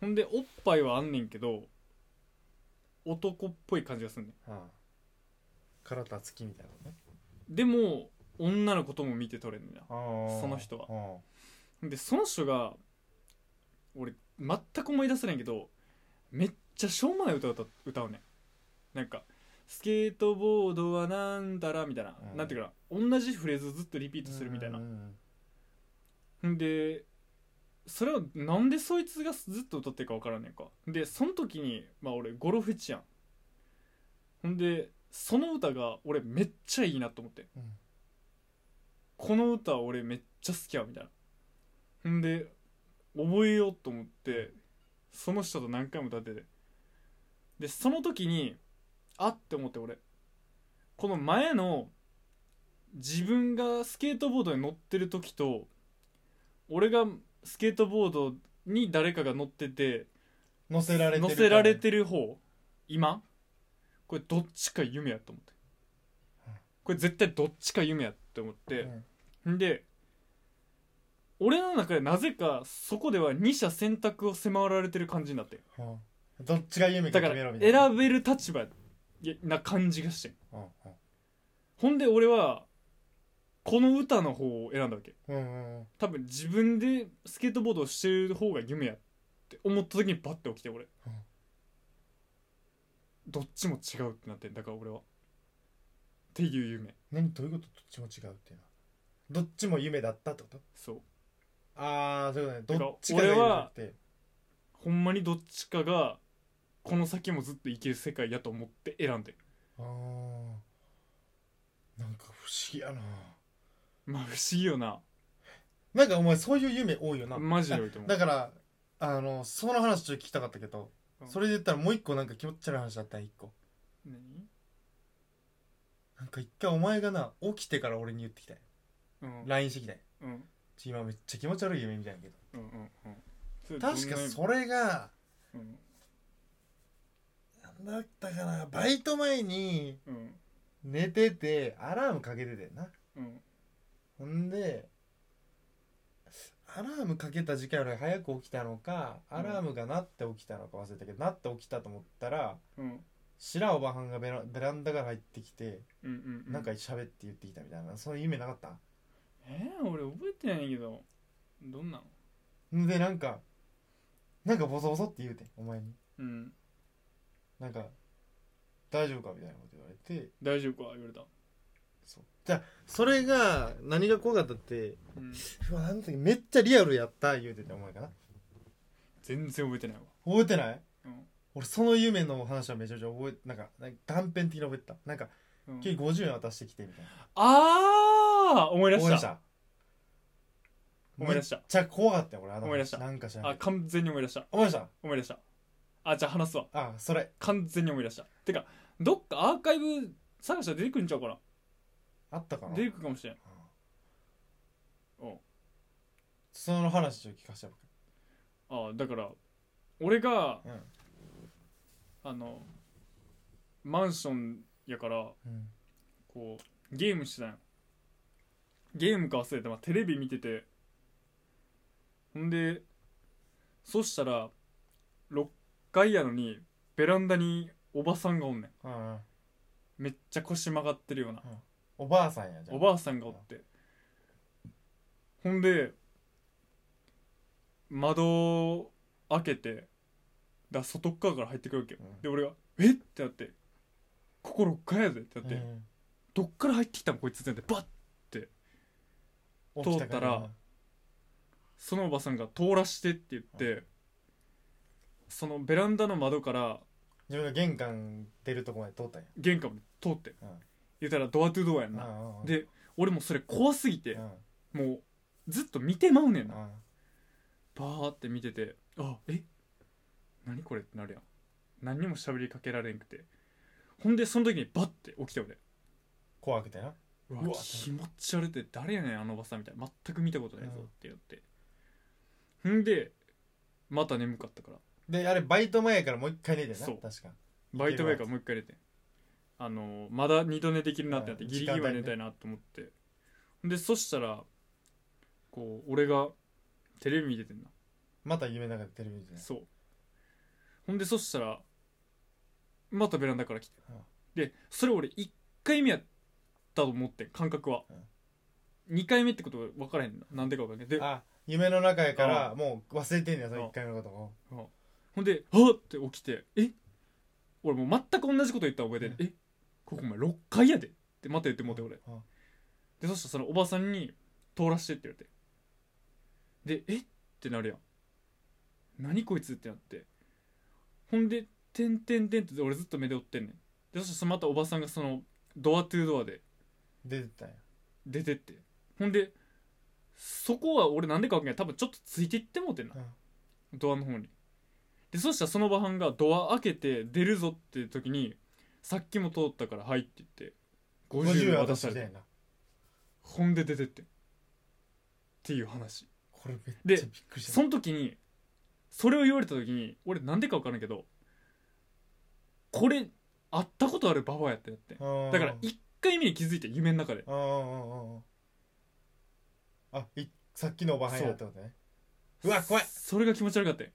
ほんでおっぱいはあんねんけど男っぽい感じがすんねんあはあ体つきみたいなねでも女のことも見て取れんねんなあその人ははでその人が俺全く思い出せないけどめっちゃしょうもない歌を歌う歌うねんなんかスケートボードはなんだらみたいな、うんなんていうかな同じフレーズずっとリピーあトするみたいなうんうんんでそれをなんでそいつがずっと歌ってるか分からんねんかでその時にまあ俺ゴロフェチやんほんでその歌が俺めっちゃいいなと思って、うんこの歌俺めっちゃ好きやみたいなほんで覚えようと思ってその人と何回も歌っててでその時にあって思って俺この前の自分がスケートボードに乗ってる時と俺がスケートボードに誰かが乗ってて乗せられてる乗せられてる方今これどっちか夢やと思ってこれ絶対どっちか夢やって思って、ん、で俺の中でなぜかそこでは二者選択を迫られてる感じになってうんはあどっちが夢かだか決めろらみたいな選べる立場な感じがしてんうんうんほんで俺はこの歌の方を選んだわけうんうん多分自分でスケートボードをしてる方が夢やって思った時にバッて起きて俺、どっちも違うってなってんだから俺はっていう夢何どういうことどっちも違うっていうのはどっちも夢だったってことそうああそうだねだからどっちかが夢だってほんまにどっちかがこの先もずっと生きる世界やと思って選んでんああなんか不思議やなまあ不思議よななんかお前そういう夢多いよなマジで多いとあ思うだからあのその話ちょっと聞きたかったけど、うんそれで言ったらもう一個なんか気持ち悪い話あったん一個何なんか一回お前がな起きてから俺に言ってきたようんうん LINE してきたようんちょ今めっちゃ気持ち悪い夢みたいやけどうんうんうん確かそそれがれどんななんだったかなバイト前にうんうん寝ててアラームかけててんなうんほんでアラームかけた時間より早く起きたのかアラームが鳴って起きたのか忘れたけど、鳴って起きたと思ったらうん白おばはんがベラベランダから入ってきて、うんうんなんか喋って言ってきたみたいなそういう夢なかったえー、俺覚えてないんやけどどんなんんでなんかなんかボソボソって言うてんお前にうんなんか大丈夫かみたいなこと言われて大丈夫か言われた、そうじゃあそれが何が怖かったってうん、うわなんだっけめっちゃリアルやった言うててお前かな全然覚えてないわ覚えてない、うん俺その夢の話はめちゃめちゃ覚えてなんかなんか断片的に覚えてたなんかうん急に50円渡してきてみたいなあー思い出思い出ししたた思い出しためっちゃ怖かったよ俺あの話思い出したなんかしらんけどあ完全に思い出した思い出した思い出したあじゃあ話すわあそれ完全に思い出したてかどっかアーカイブ探したら出てくるんちゃうかあったかなな出てくるかもしれんその話ちょっと聞かせてもあだから俺がらうあのマンションやからうんうんこうゲームしてたんよゲームか忘れて、まあ、テレビ見ててほんでそしたら6階やのにベランダにおばさんがおんねんうんうんめっちゃ腰曲がってるようなおばあさんやじゃんおばあさんがおってほんで窓を開けてだから外っ側から入ってくるわけよ、うんで俺が「えっ?」てなって「ここ6階やで」ってなって、うんどっから入ってきたのこいつってなってバッ起き通ったらそのおばさんが「通らして」って言って、そのベランダの窓から自分が玄関出るとこまで通ったんや玄関まで通って、うん言ったらドアトゥドアやんな、うんうんうんで俺もそれ怖すぎて、うんもうずっと見てまうねんな、うんバーって見てて「あえ何これ?」ってなるやん何にも喋りかけられんくてほんでその時にバッて起きて俺怖くてなうわうわ気持ち悪いって誰やねんあのおばさんみたいな全く見たことないぞって言って、ほんでまた眠かったからであれバイト前やからもう一回寝てなそう確かバイト前からもう一回寝てあのまだ二度寝できるなってなってうんギリギリまで寝たいなと思って、でそしたらこう俺がテレビ見ててんなまた夢の中でテレビ見てなそうほんでそしたらまたベランダから来て、うんでそれ俺1回目やったと思ってん感覚は、二2回目ってことが分からへんななんでか分からへんけどであ夢の中やからもう忘れてんねやその一回目のことをほんで「はっ!」って起きて「え俺もう全く同じこと言った覚えてる、うえここお前6階やで」ってまた言ってもうて俺うんでそしたらそのおばさんに「通らして」って言われてで「えっ?」てなるやん何こいつってなってほんで「てんてんてん」って俺ずっと目で追ってんねんでそしたらまたおばさんがそのドアトゥドアで出てったんや出てってほんでそこは俺なんでかわかんない多分ちょっとついていってもうてんなドアの方にでそしたらそのおばはんがドア開けて出るぞっていう時にさっきも通ったから「はい」って言って50 50円円渡渡さしてれきたてんやなほんで出てってんっていう話これめっちゃびっくりしたその時にそれを言われた時に俺なんでか分からんけどこれ会ったことあるババアやってなってんうんだから1回目に気づいて夢の中でうんうんうんうんあいさっきのおばはんやってことねうわ怖いそれが気持ち悪かったん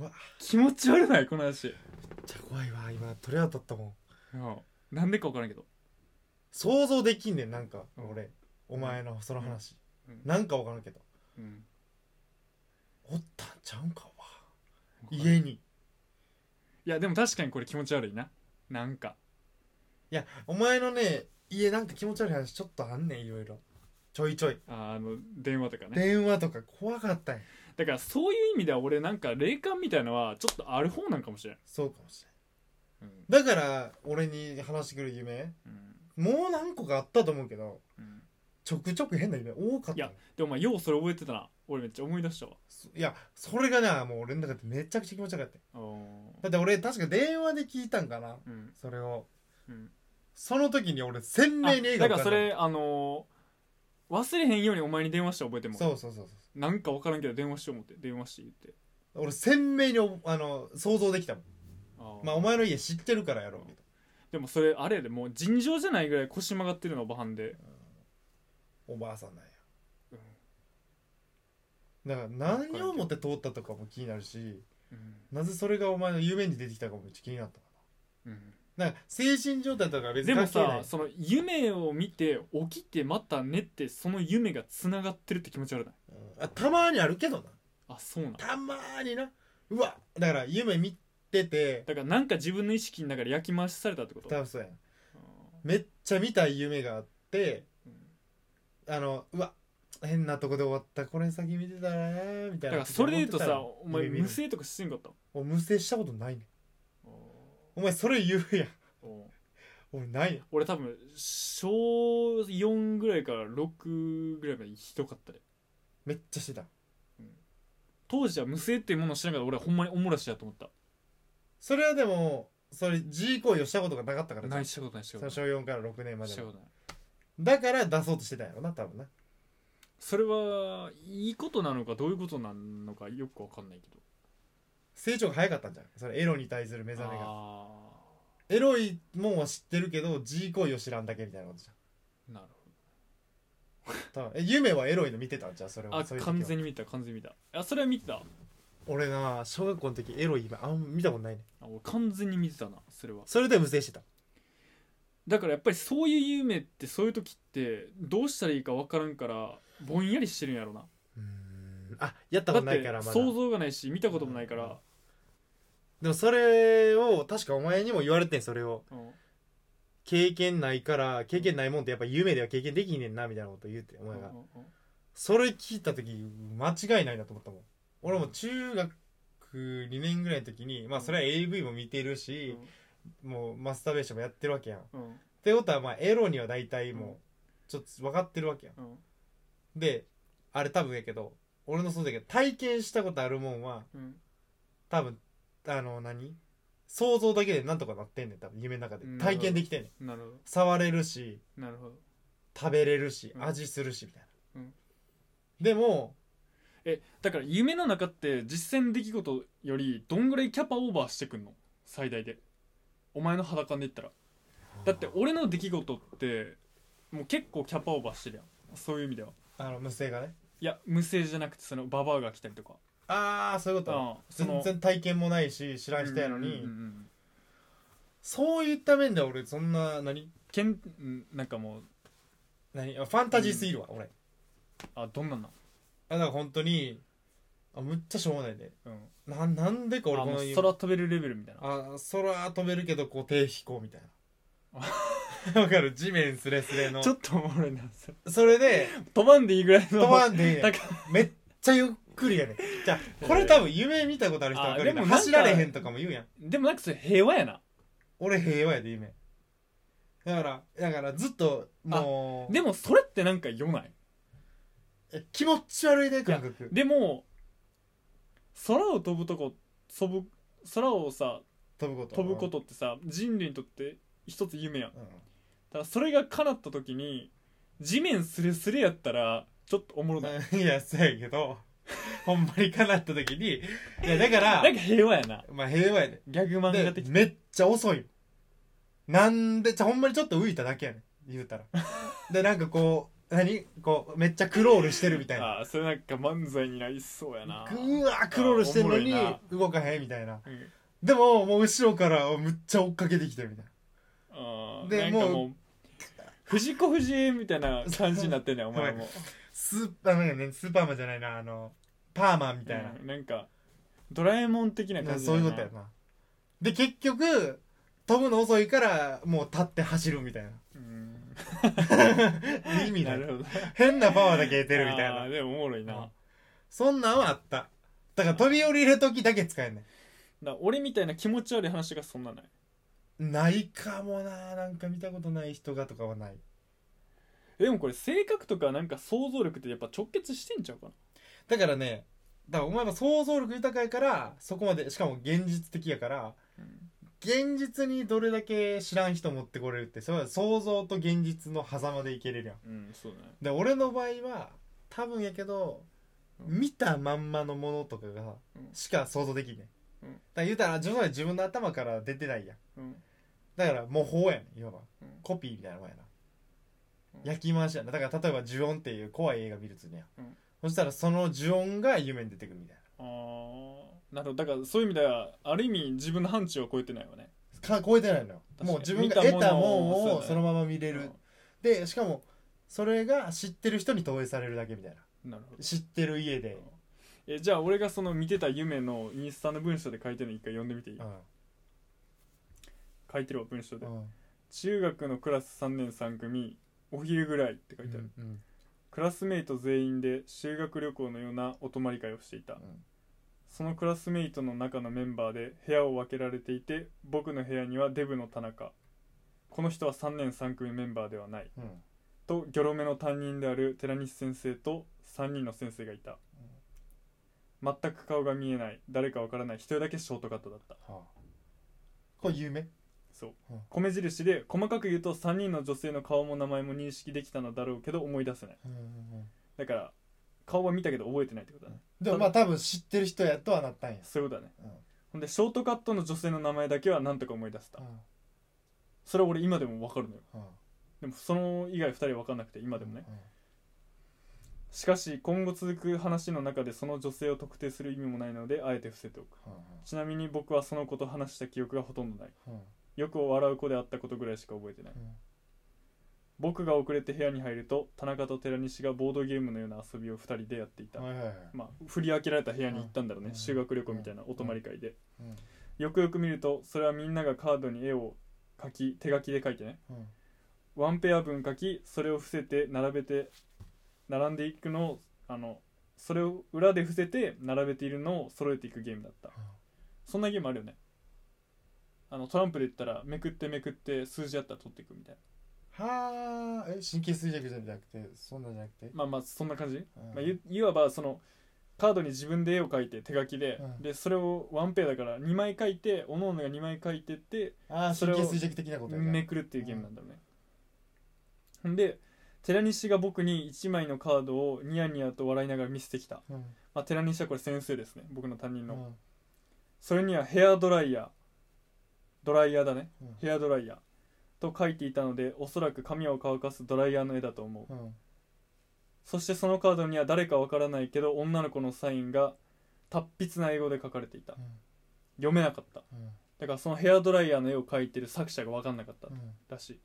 怖っ気持ち悪ないこの話いめっちゃ怖いわ今鳥肌立ったもんやなんでか分からんけど想像できんねんなんかうん俺お前のその話うんなんかわからんけどうんおったんちゃうんかわ家にいやでも確かにこれ気持ち悪いななんかいやお前のね家なんか気持ち悪い話ちょっとあんねんいろいろちょいちょいあの電話とかね電話とか怖かったんやだからそういう意味では俺なんか霊感みたいのはちょっとある方なんかもしれん、そうかもしうんれんだから俺に話してくる夢うんもう何個かあったと思うけどうん、ちょくちょく変な夢多かったのいやでもまあようそれ覚えてたな俺めっちゃ思い出したわそいやそれがなもう俺の中でめちゃくちゃ気持ちよかったようんだって俺確か電話で聞いたんかなうんそれをうんその時に俺鮮明に映だ画からそれあのー忘れへんようにお前に電話して覚えてもそうそうそうそうなんか分からんけど電話しよう思って電話して言って俺鮮明におあの想像できたもんあーまあお前の家知ってるからやろうけどでもそれあれやでもう尋常じゃないぐらい腰曲がってるのおばはんでおばあさんなんや、うんだから何をもって通ったとかも気になるしうん、なぜそれがお前の夢に出てきたかもめっちゃ気になったなんか精神状態とかは別でにも関係なさいその夢を見て起きてまた寝てその夢がつながってるって気持ち悪ないうんあたまーにあるけどなあそうなんだたまーになうわだから夢見ててからなんか自分の意識の中で焼き回しされたってこと多分そうやんあめっちゃ見たい夢があってーうんあのうわ変なとこで終わったこれ先見てたらねみだたかいならそれで言うとさ思っておたら前夢見る無声とかしてんかったお無制したことないねおお前それ言うやんー俺ないや俺多分小4ぐらいから6ぐらいまでひどかったでめっちゃしてた当時は無声っていうものを知らなかった俺はほんまにおもらしだと思ったそれはでもそれ G 行為をしたことがなかったからないしたことないしたそことのない小4から6年までしたのことないだから出そうとしてたんやろな多分なそれはいいことなのかどういうことなのかよくわかんないけど成長が早かったんじゃんそれエロに対する目覚めがあエロいもんは知ってるけど G 行為を知らんだけみたいなことじーなるゃん多分え夢はエロいの見てたんじゃんそれほどはあそういう時は完全に見た完全に見たあそれは見てたあ俺な小学校の時エロい夢あんま見たことないね俺完全に見てたなそれはそれで無制してただからやっぱりそういう夢ってそういう時ってどうしたらいいかわからんからぼんやりしてるんやろなうーんあやっただことっないかてらまだ想像がないし見たこともないから、でもそれを確かお前にも言われてんそれをうん経験ないから経験ないもんってやっぱ夢では経験できんねんなみたいなこと言うてお前が、うんうんうんそれ聞いた時間違いないなと思ったもん俺も中学2年ぐらいの時にまあそれは AV も見てるし、もうマスターベーションもやってるわけやんっうんうんてことはまあエロには大体もうちょっと分かってるわけやんうんであれ多分やけど俺のそうだけど体験したことあるもんはうん多分あの何想像だけでなんとかなってんねん多分夢の中でうん体験できてんねんなるほど触れるしなるほど食べれるしうん味するしみたいな、うんでもえだから夢の中って実践出来事よりどんぐらいキャパオーバーしてくんの最大でお前の裸感で言ったらだって俺の出来事ってもう結構キャパオーバーしてるやんそういう意味ではあの無声がねいや無声じゃなくてそのババアが来たりとかああそういうことああその全然体験もないし知らん人やのに、うんうんうんそういった面で俺そんな何けんうんなんかもう何あファンタジーすぎるわ、俺あどんなんなんあだから本当にあむっちゃしょうもないでうんななんでか俺あこもうの夢空飛べるレベルみたいなあ空飛べるけどこう低飛行みたいな わかる地面スレスレのちょっとおもろいなそれそれで飛ばんでいいぐらいの飛ばんでいいねなんんかめっちゃゆっくりやねんじゃあこれ多分夢見たことある人わかるやんあでもなんか走られへんとかも言うやんでもなんかそれ平和やな俺平和やで夢だからだからずっともうでもそれってなんかよないえ気持ち悪いね感覚でも空を飛ぶとこ飛ぶ空をさ飛ぶこと飛ぶことってさ人類にとって一つ夢やんうんただそれが叶った時に地面スレスレやったらちょっとおもろないうん いやそうやけどほんまに叶った時にいやだからなんか平和やなまあ平和やでギャグ漫画で的めっちゃ遅いよなんでじゃほんまにちょっと浮いただけやねん言う たらでなんかこう何こうめっちゃクロールしてるみたいなああそれなんか漫才になりそうやなぐわークロールしてんのにあー動かへんみたいなうんでももう後ろからむっちゃ追っかけてきてるみたいああなでんかももう藤子不二雄みたいな感じになってんね んお前もなスーパーなんかねスーパーマンじゃないなあのパーマンみたいな、うんなんかドラえもん的なな感じそういうことやなで結局飛ぶの遅いからもう立って走る みたいなうん意味なないるほど変なパワーだけ得てるみたいあなーでもおもろいな、だかそんなんはあっただから飛び降りる時だけ使えんねんら俺みたいな気持ち悪い話がそんなないないかもななんか見たことない人がとかはないでもこれ性格とかなんか想像力ってやっぱ直結してんちゃうかなだからねだからお前は想像力豊かやからそこまでしかも現実的やからうん現実にどれだけ知らん人持ってこれるってそれは想像と現実の狭間でいけれるやんうん、そうだねで俺の場合は多分やけどうん見たまんまのものとかがうんしか想像できんねんうんだから言うたら自分は自分の頭から出てないやんうんだから模倣やねんいわばうんコピーみたいなもんやなうん焼き回しやなだから例えば呪音っていう怖い映画見るつねや、うんそしたらその呪音が夢に出てくるみたいあーなるほどだからそういう意味ではなある意味自分の範疇を超えてないわねなか超えてないのよ確かにもう自分が得たも見たもんのををそのまま見れる、でしかもそれが知ってる人に投影されるだけみたいなうんなるほど知ってる家で、えじゃあ俺がその見てた夢のインスタの文章で書いてるの一回読んでみていい、うん書いてるわ文章で、うん中学のクラス3年3組お昼ぐらいって書いてある、うんクラスメイト全員で修学旅行のようなお泊まり会をしていた、んそのクラスメイトの中のメンバーで部屋を分けられていて僕の部屋にはデブの田中この人は3年3組メンバーではないうんとギョロ目の担任である寺西先生と3人の先生がいた全く顔が見えない誰かわからない一人だけショートカットだったはあこれ有名そううん米印で細かく言うと3人の女性の顔も名前も認識できたのだろうけど思い出せないだから顔は見たけど覚えてないってことだねでもまあ多分知ってる人やとはなったんやそういうことだね、うんほんでショートカットの女性の名前だけはなんとか思い出せた、うんそれは俺今でもわかるのようんでもその以外2人分かんなくて今でもねうんしかし今後続く話の中でその女性を特定する意味もないのであえて伏せておくちなみに僕はその子と話した記憶がほとんどないうんうんよく笑う子であったことぐらいしか覚えてない僕が遅れて部屋に入ると田中と寺西がボードゲームのような遊びを2人でやっていたうんはいはいはいまあ振り分けられた部屋に行ったんだろうねうん修学旅行みたいなお泊まり会でうんよくよく見るとそれはみんながカードに絵を描き手書きで描いてねうんワンペア分書きそれを伏せて並べて並んでいくのをあのそれを裏で伏せて並べているのを揃えていくゲームだったそんなゲームあるよねあのトランプで言ったらめくってめくって数字あったら取っていくみたいなはあえ神経衰弱じゃなくてそんなんじゃなくてまあまあそんな感じ、うんまあ、いいわばそのカードに自分で絵を描いて手書きで、うんでそれをワンペアだから2枚描いておのおのが2枚描いてってああそれ神を経衰弱的なことやなめくるっていうゲームなんだろうね、ん、で寺西が僕に1枚のカードをニヤニヤと笑いながら見せてきた、うんまあ、寺西はこれ先生ですね僕の担任うの、んそれにはヘアドライヤードライヤーだね、うんヘアドライヤーと書いていたのでおそらく髪を乾かすドライヤーの絵だと思う、うんそしてそのカードには誰かわからないけど女の子のサインが達筆な英語で書かれていた、うん読めなかったうんだからそのヘアドライヤーの絵を描いてる作者が分かんなかったうんらしい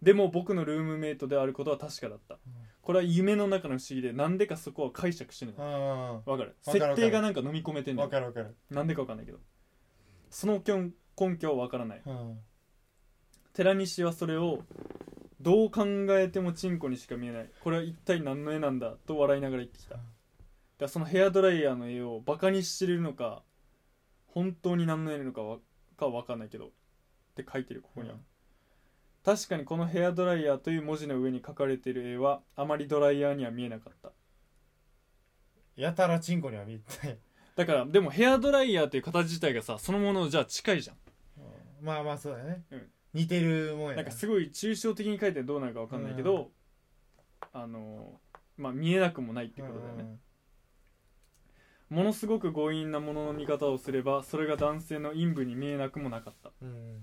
でも僕のルームメイトであることは確かだったこれは夢の中の不思議でなんでかそこは解釈してないうんわかるわかるわかる設定がなんか飲み込めてんだわよかるわかるなんでかわかんないけどその根根拠はわからないうん寺西はそれをどう考えてもチンコにしか見えないこれは一体何の絵なんだと笑いながら言ってきただからそのヘアドライヤーの絵をバカにしてるのか本当に何の絵なのかわか分かんないけどって書いてるここには、うん確かにこのヘアドライヤーという文字の上に書かれてる絵はあまりドライヤーには見えなかったやたらチンコには見えたいだからでもヘアドライヤーという形自体がさそのものじゃあ近いじゃんまあまあそうだねうん似てるもんやなんかすごい抽象的に書いてどうなるか分かんないけど、あのまあ見えなくもないってことだよね、ものすごく強引なものの見方をすればそれが男性の陰部に見えなくもなかったうんうん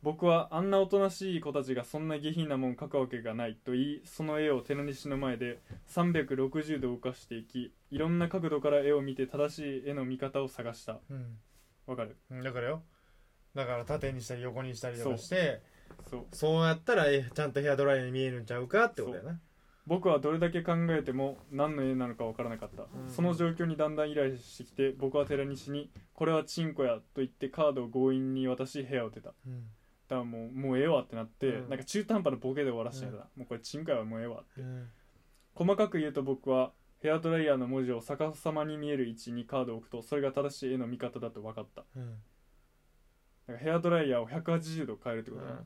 僕はあんなおとなしい子たちがそんな下品なもん描くわけがないと言いその絵を寺西の前で360度動かしていきいろんな角度から絵を見て正しい絵の見方を探したうんわかるうんだからよだから縦にしたり横にしたりとかしてそうそうやったらえちゃんとヘアドライヤーに見えるんちゃうかってことやな僕はどれだけ考えても何の絵なのかわからなかった、うんその状況にだんだんイライラしてきて僕は寺西に「これはチンコや」と言ってカードを強引に渡し部屋を出ただかうんらもうもうええわってなって、うんなんか中途半端なボケで終わらせてたら、もうこれチンコやはもうええわうん細かく言うと僕はヘアドライヤーの文字を逆さまに見える位置にカードを置くとそれが正しい絵の見方だと分かったうだんからヘアドライヤーを180度変えるってことだね、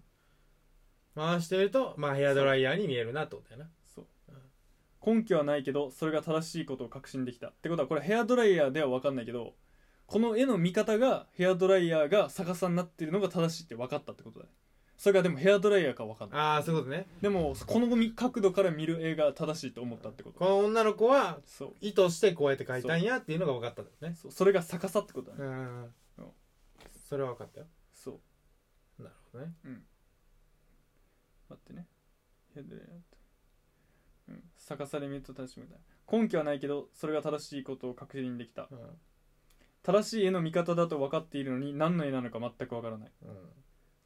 回してるとまあヘアドライヤーに見えるなってことやなそう根拠はないけどそれが正しいことを確信できたってことはこれヘアドライヤーでは分かんないけどこの絵の見方がヘアドライヤーが逆さになってるのが正しいって分かったってことだねそれがでもヘアドライヤーか分かんないああそういうことねでもこの角度から見る絵が正しいと思ったってことこの女の子はそう意図してこうやって描いたんやっていうのが分かったんだよねそうそれが逆さってことだねうんうんそれは分かったよそうなるほどね待ってねヘアドライヤーとうん逆さで見ると正しいみたいな根拠はないけどそれが正しいことを確認できたうん正しい絵の見方だと分かっているのに何の絵なのか全く分からないうん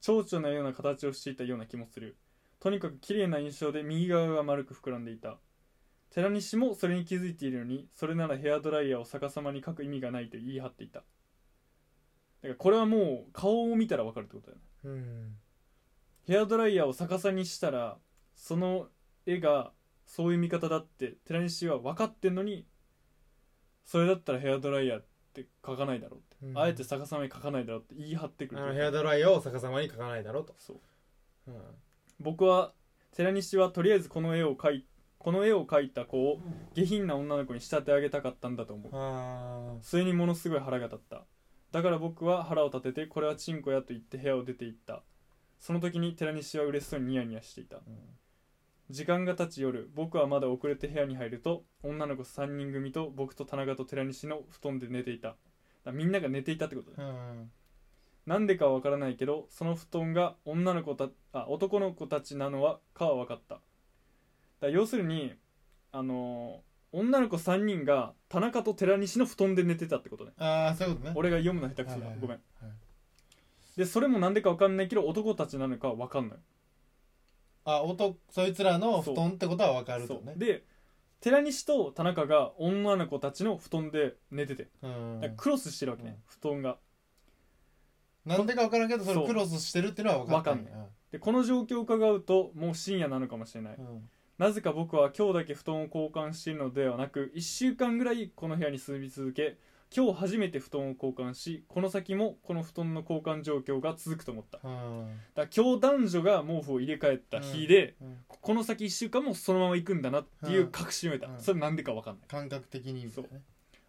蝶々のような形をしていたような気もするとにかく綺麗な印象で右側が丸く膨らんでいた寺西もそれに気づいているのにそれならヘアドライヤーを逆さまに描く意味がないと言い張っていただからこれはもう顔を見たら分かるってことだよねうんヘアドライヤーを逆さにしたらその絵がそういう見方だって寺西は分かってんのにそれだったらヘアドライヤーって書かないだろうって、うんあえて逆さまに書かないだろうって言い張ってくあるのヘアドライヤーを逆さまに描かないだろうと、そううん僕は寺西はとりあえずこの絵を描いこの絵を描いた子を下品な女の子に仕立て上げたかったんだと思うああそれにものすごい腹が立っただから僕は腹を立ててこれはチンコやと言って部屋を出て行ったその時に寺西は嬉しそうにニヤニヤしていた、時間が経ち夜僕はまだ遅れて部屋に入ると女の子3人組と僕と田中と寺西の布団で寝ていただからみんなが寝ていたってことだうんなんでかはわからないけどその布団が女の子たあ男の子たちなのはかは分かっただから要するにあのー女の子3人が田中と寺西の布団で寝てたってことねああそういうことね俺が読むの下手くそだ、はいはいはいごめん、はいでそれもなんでか分かんないけど男たちなのかは分かんないあ男そいつらの布団ってことは分かるとそうねで寺西と田中が女の子たちの布団で寝ててうんだからクロスしてるわけね、布団がなんでか分からんけどそそれうクロスしてるっていうのは分かん分でこの状況を伺うともう深夜なのかもしれない、うんうんなぜか僕は今日だけ布団を交換しているのではなく1週間ぐらいこの部屋に住み続け今日初めて布団を交換しこの先もこの布団の交換状況が続くと思ったうんだから今日男女が毛布を入れ替えた日で、うんこの先1週間もそのまま行くんだなっていう確信を得た、うんそれなんでか分かんない感覚的にそう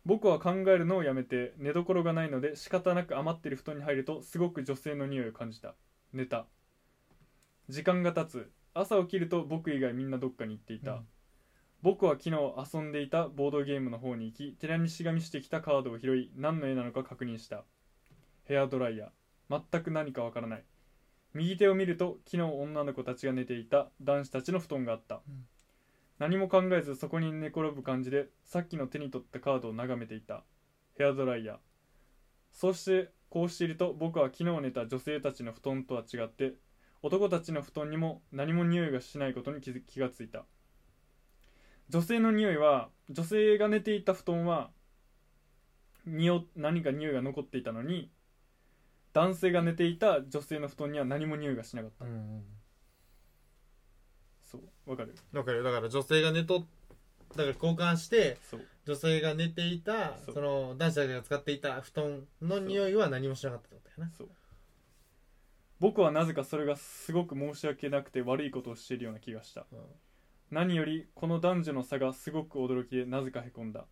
僕は考えるのをやめて寝所がないので仕方なく余ってる布団に入るとすごく女性の匂いを感じた寝た時間が経つ朝起きると僕以外みんなどっかに行っていた、うん僕は昨日遊んでいたボードゲームの方に行き寺西が見してきたカードを拾い何の絵なのか確認したヘアドライヤー全く何かわからない右手を見ると昨日女の子たちが寝ていた男子たちの布団があった、うん何も考えずそこに寝転ぶ感じでさっきの手に取ったカードを眺めていたヘアドライヤーそしてこうしていると僕は昨日寝た女性たちの布団とは違って男たちの布団にも何も匂いがしないことに気づ気がついた女性の匂いは女性が寝ていた布団は匂何か匂いが残っていたのに男性が寝ていた女性の布団には何も匂いがしなかったうんそうわかるだからだから女性が寝とだから交換してそう女性が寝ていたそうその男子たちが使っていた布団の匂いは何もしなかったってことやなそう僕はなぜかそれがすごく申し訳なくて悪いことをしているような気がしたうん何よりこの男女の差がすごく驚きでなぜかへこんだ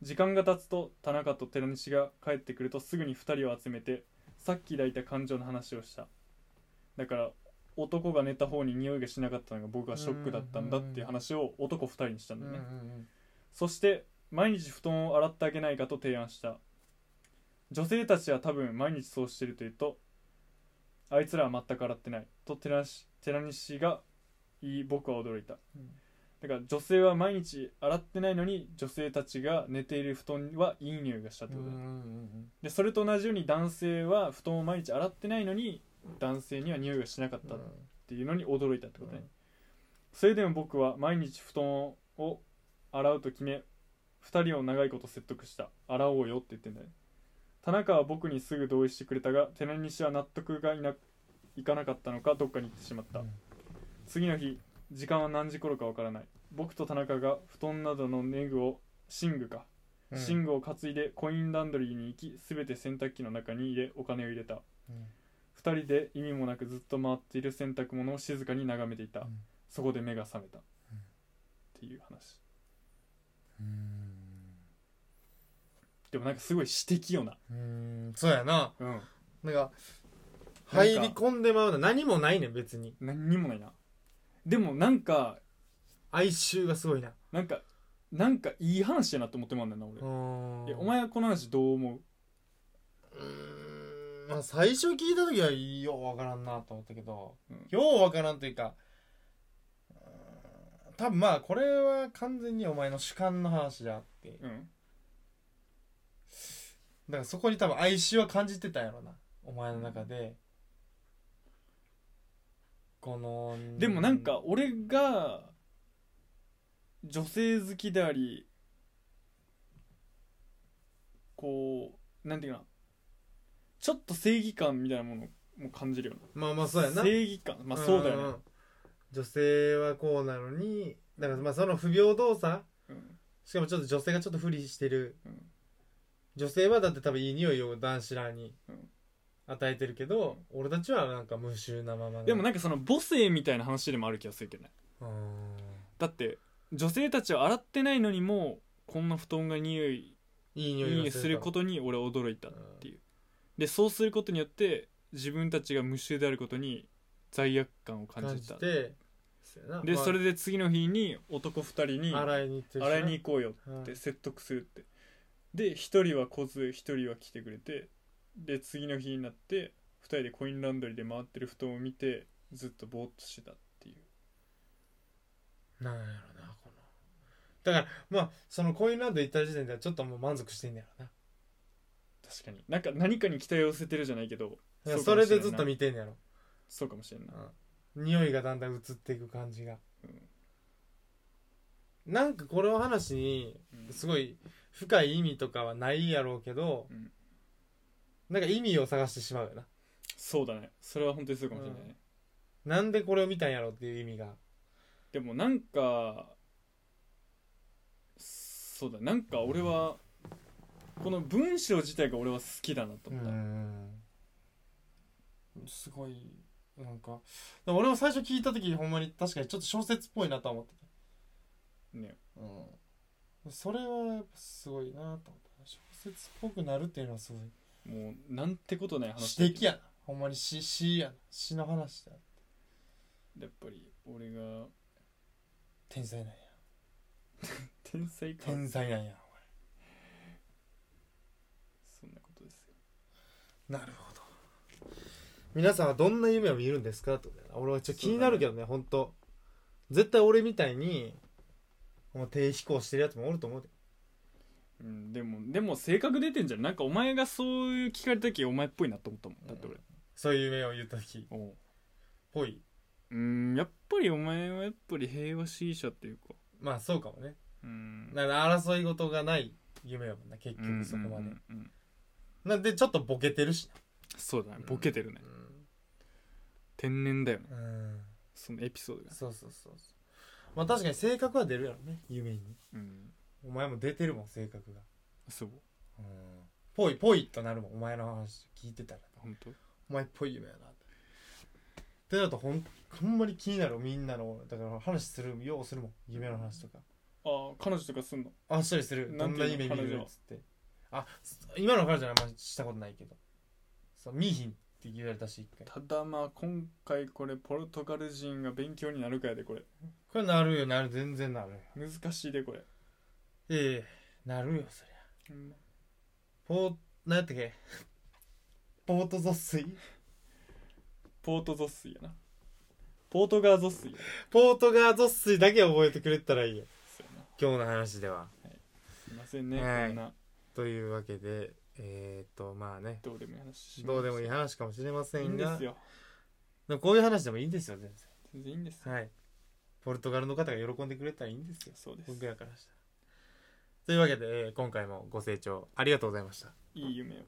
時間が経つと田中と寺西が帰ってくるとすぐに2人を集めてさっき抱いた感情の話をしただから男が寝た方に匂いがしなかったのが僕はショックだったんだっていう話を男2人にしたんだよねそして毎日布団を洗ってあげないかと提案した女性たちは多分毎日そうしてると言うとあいつらは全く洗ってないと寺西寺西が言い僕は驚いた、うんだから女性は毎日洗ってないのに女性たちが寝ている布団はいい匂いがしたってうんうことだ、んでそれと同じように男性は布団を毎日洗ってないのに男性には匂いがしなかっうたんっていうのに驚いたってことね、うんそれでも僕は毎日布団を洗うと決め2人を長いこと説得した洗おうよって言ってんだよね田中は僕にすぐ同意してくれたが寺西は納得がいないかなかったのかどっかに行ってしまった、うん次の日時間は何時頃かわからない僕と田中が布団などの寝具を寝具かうん寝具を担いでコインランドリーに行き全て洗濯機の中に入れお金を入れた、うん2人で意味もなくずっと回っている洗濯物を静かに眺めていた、うんそこで目が覚めた、っていう話でもなんかすごい詩的よなうんそうやなうんなんか入り込んでまうな何もないねん別に何にもないなでもなんか哀愁がすごいななんかなんかいい話やなと思ってまうんだよな俺、うんいやお前はこの話どう思ううーんまあ最初聞いた時はようわからんなと思ったけど、うんようわからんというかうーん多分まあこれは完全にお前の主観の話であってだうんからそこに多分哀愁は感じてたんやろなお前の中でこのでもなんか俺が女性好きでありこうなんていうかなちょっと正義感みたいなものも感じるよなまあまあそうやな正義感まあそうだよね、んうん女性はこうなのにだからまあその不平等さうんしかもちょっと女性がちょっと不利してる、うん女性はだって多分いい匂いを男子らにうん与えてるけど、俺たちはなんか無臭なままでもななんかその母性みたいな話でもある気がするけどねだって女性たちは洗ってないのにもこんな布団が匂いいい匂い匂がいすることに俺は驚いたうんっていうでそうすることによって自分たちが無臭であることに罪悪感を感感じじたてそうやなでまあそれで次の日に男2人に洗洗いに行ってるしないに行こうようんって説得するってで1人は来ず1人は来てくれてで次の日になって2人でコインランドリーで回ってる布団を見てずっとぼーっとしてたっていうなんやろなこのだからまあそのコインランド行った時点ではちょっともう満足してんねやろな確かになんか何かに期待を寄せてるじゃないけどいそやうそかもれしれんでなずっと見てんねやろ、そうかもしれんな匂いがだんだん移っていく感じが、うんなんかこれを話にうんすごい深い意味とかはないやろうけど、うんなんか意味を探してしまうよなそうだねそれは本当にそうかもしれないね、なんでこれを見たんやろうっていう意味がでもなんかそうだなんか俺はこの文章自体が俺は好きだなと思った、すごいなんかでも俺も最初聞いた時ほんまに確かにちょっと小説っぽいなとは思ってねた、それはやっぱすごいなと思った小説っぽくなるっていうのはすごいもうなんてことない話だ詩けど的やなほんまに詩詩やな詩の話だやっぱり俺が天才なんや天才か天才なんやそんなことですよなるほど皆さんはどんな夢を見るんですかってことやな俺はちょっと気になるけどね本当絶対俺みたいにもう低飛行してるやつもおると思うでうん、でもでも性格出てんじゃんなんかお前がそういう聞かれた時お前っぽいなと思ったもんだって俺、そういう夢を言った時おうぽいうんやっぱりお前はやっぱり平和主義者っていうかまあそうかもねうんだから争い事がない夢やもんな結うん局そこまで、うんうんうんなんでちょっとボケてるしそうだねなボケてるね、天然だよねうん、うんそのエピソードが、そうそうそうそうまあ確かに性格は出るやろね夢にうん、お前も出てるもん性格がそううんぽいぽいとなるもんお前の話聞いてたら本当お前っぽい夢やなってってなるとほんほんまに気になるみんなのだから話するようするもん夢の話とかああ彼女とかすんのあしたりするなどんんてないうの夢見彼る女っつってあす今の彼女はあんましたことないけどそう見いひんって言われたし一回ただまあ今回これポルトガル人が勉強になるかやでこれこれなるよなる全然なるよ難しいでこれ、ええなるよそりゃうん、ポー何やったっけポート雑炊ポートゾッスイやなポートガーゾッスイやポートガー雑炊だけ覚えてくれたらいいよそうやな今日の話ではすいませんね、はいこんなというわけでえっ、とまあねどうでもいい話しどうでもいいい話かもしれませいいんんでがすよでもこういう話でもいいんですよ全全然いいんですよ、然はいポルトガルの方が喜んでくれたらいいんですよそうです僕らからしたらというわけで、えー今回もご清聴ありがとうございましたいい夢を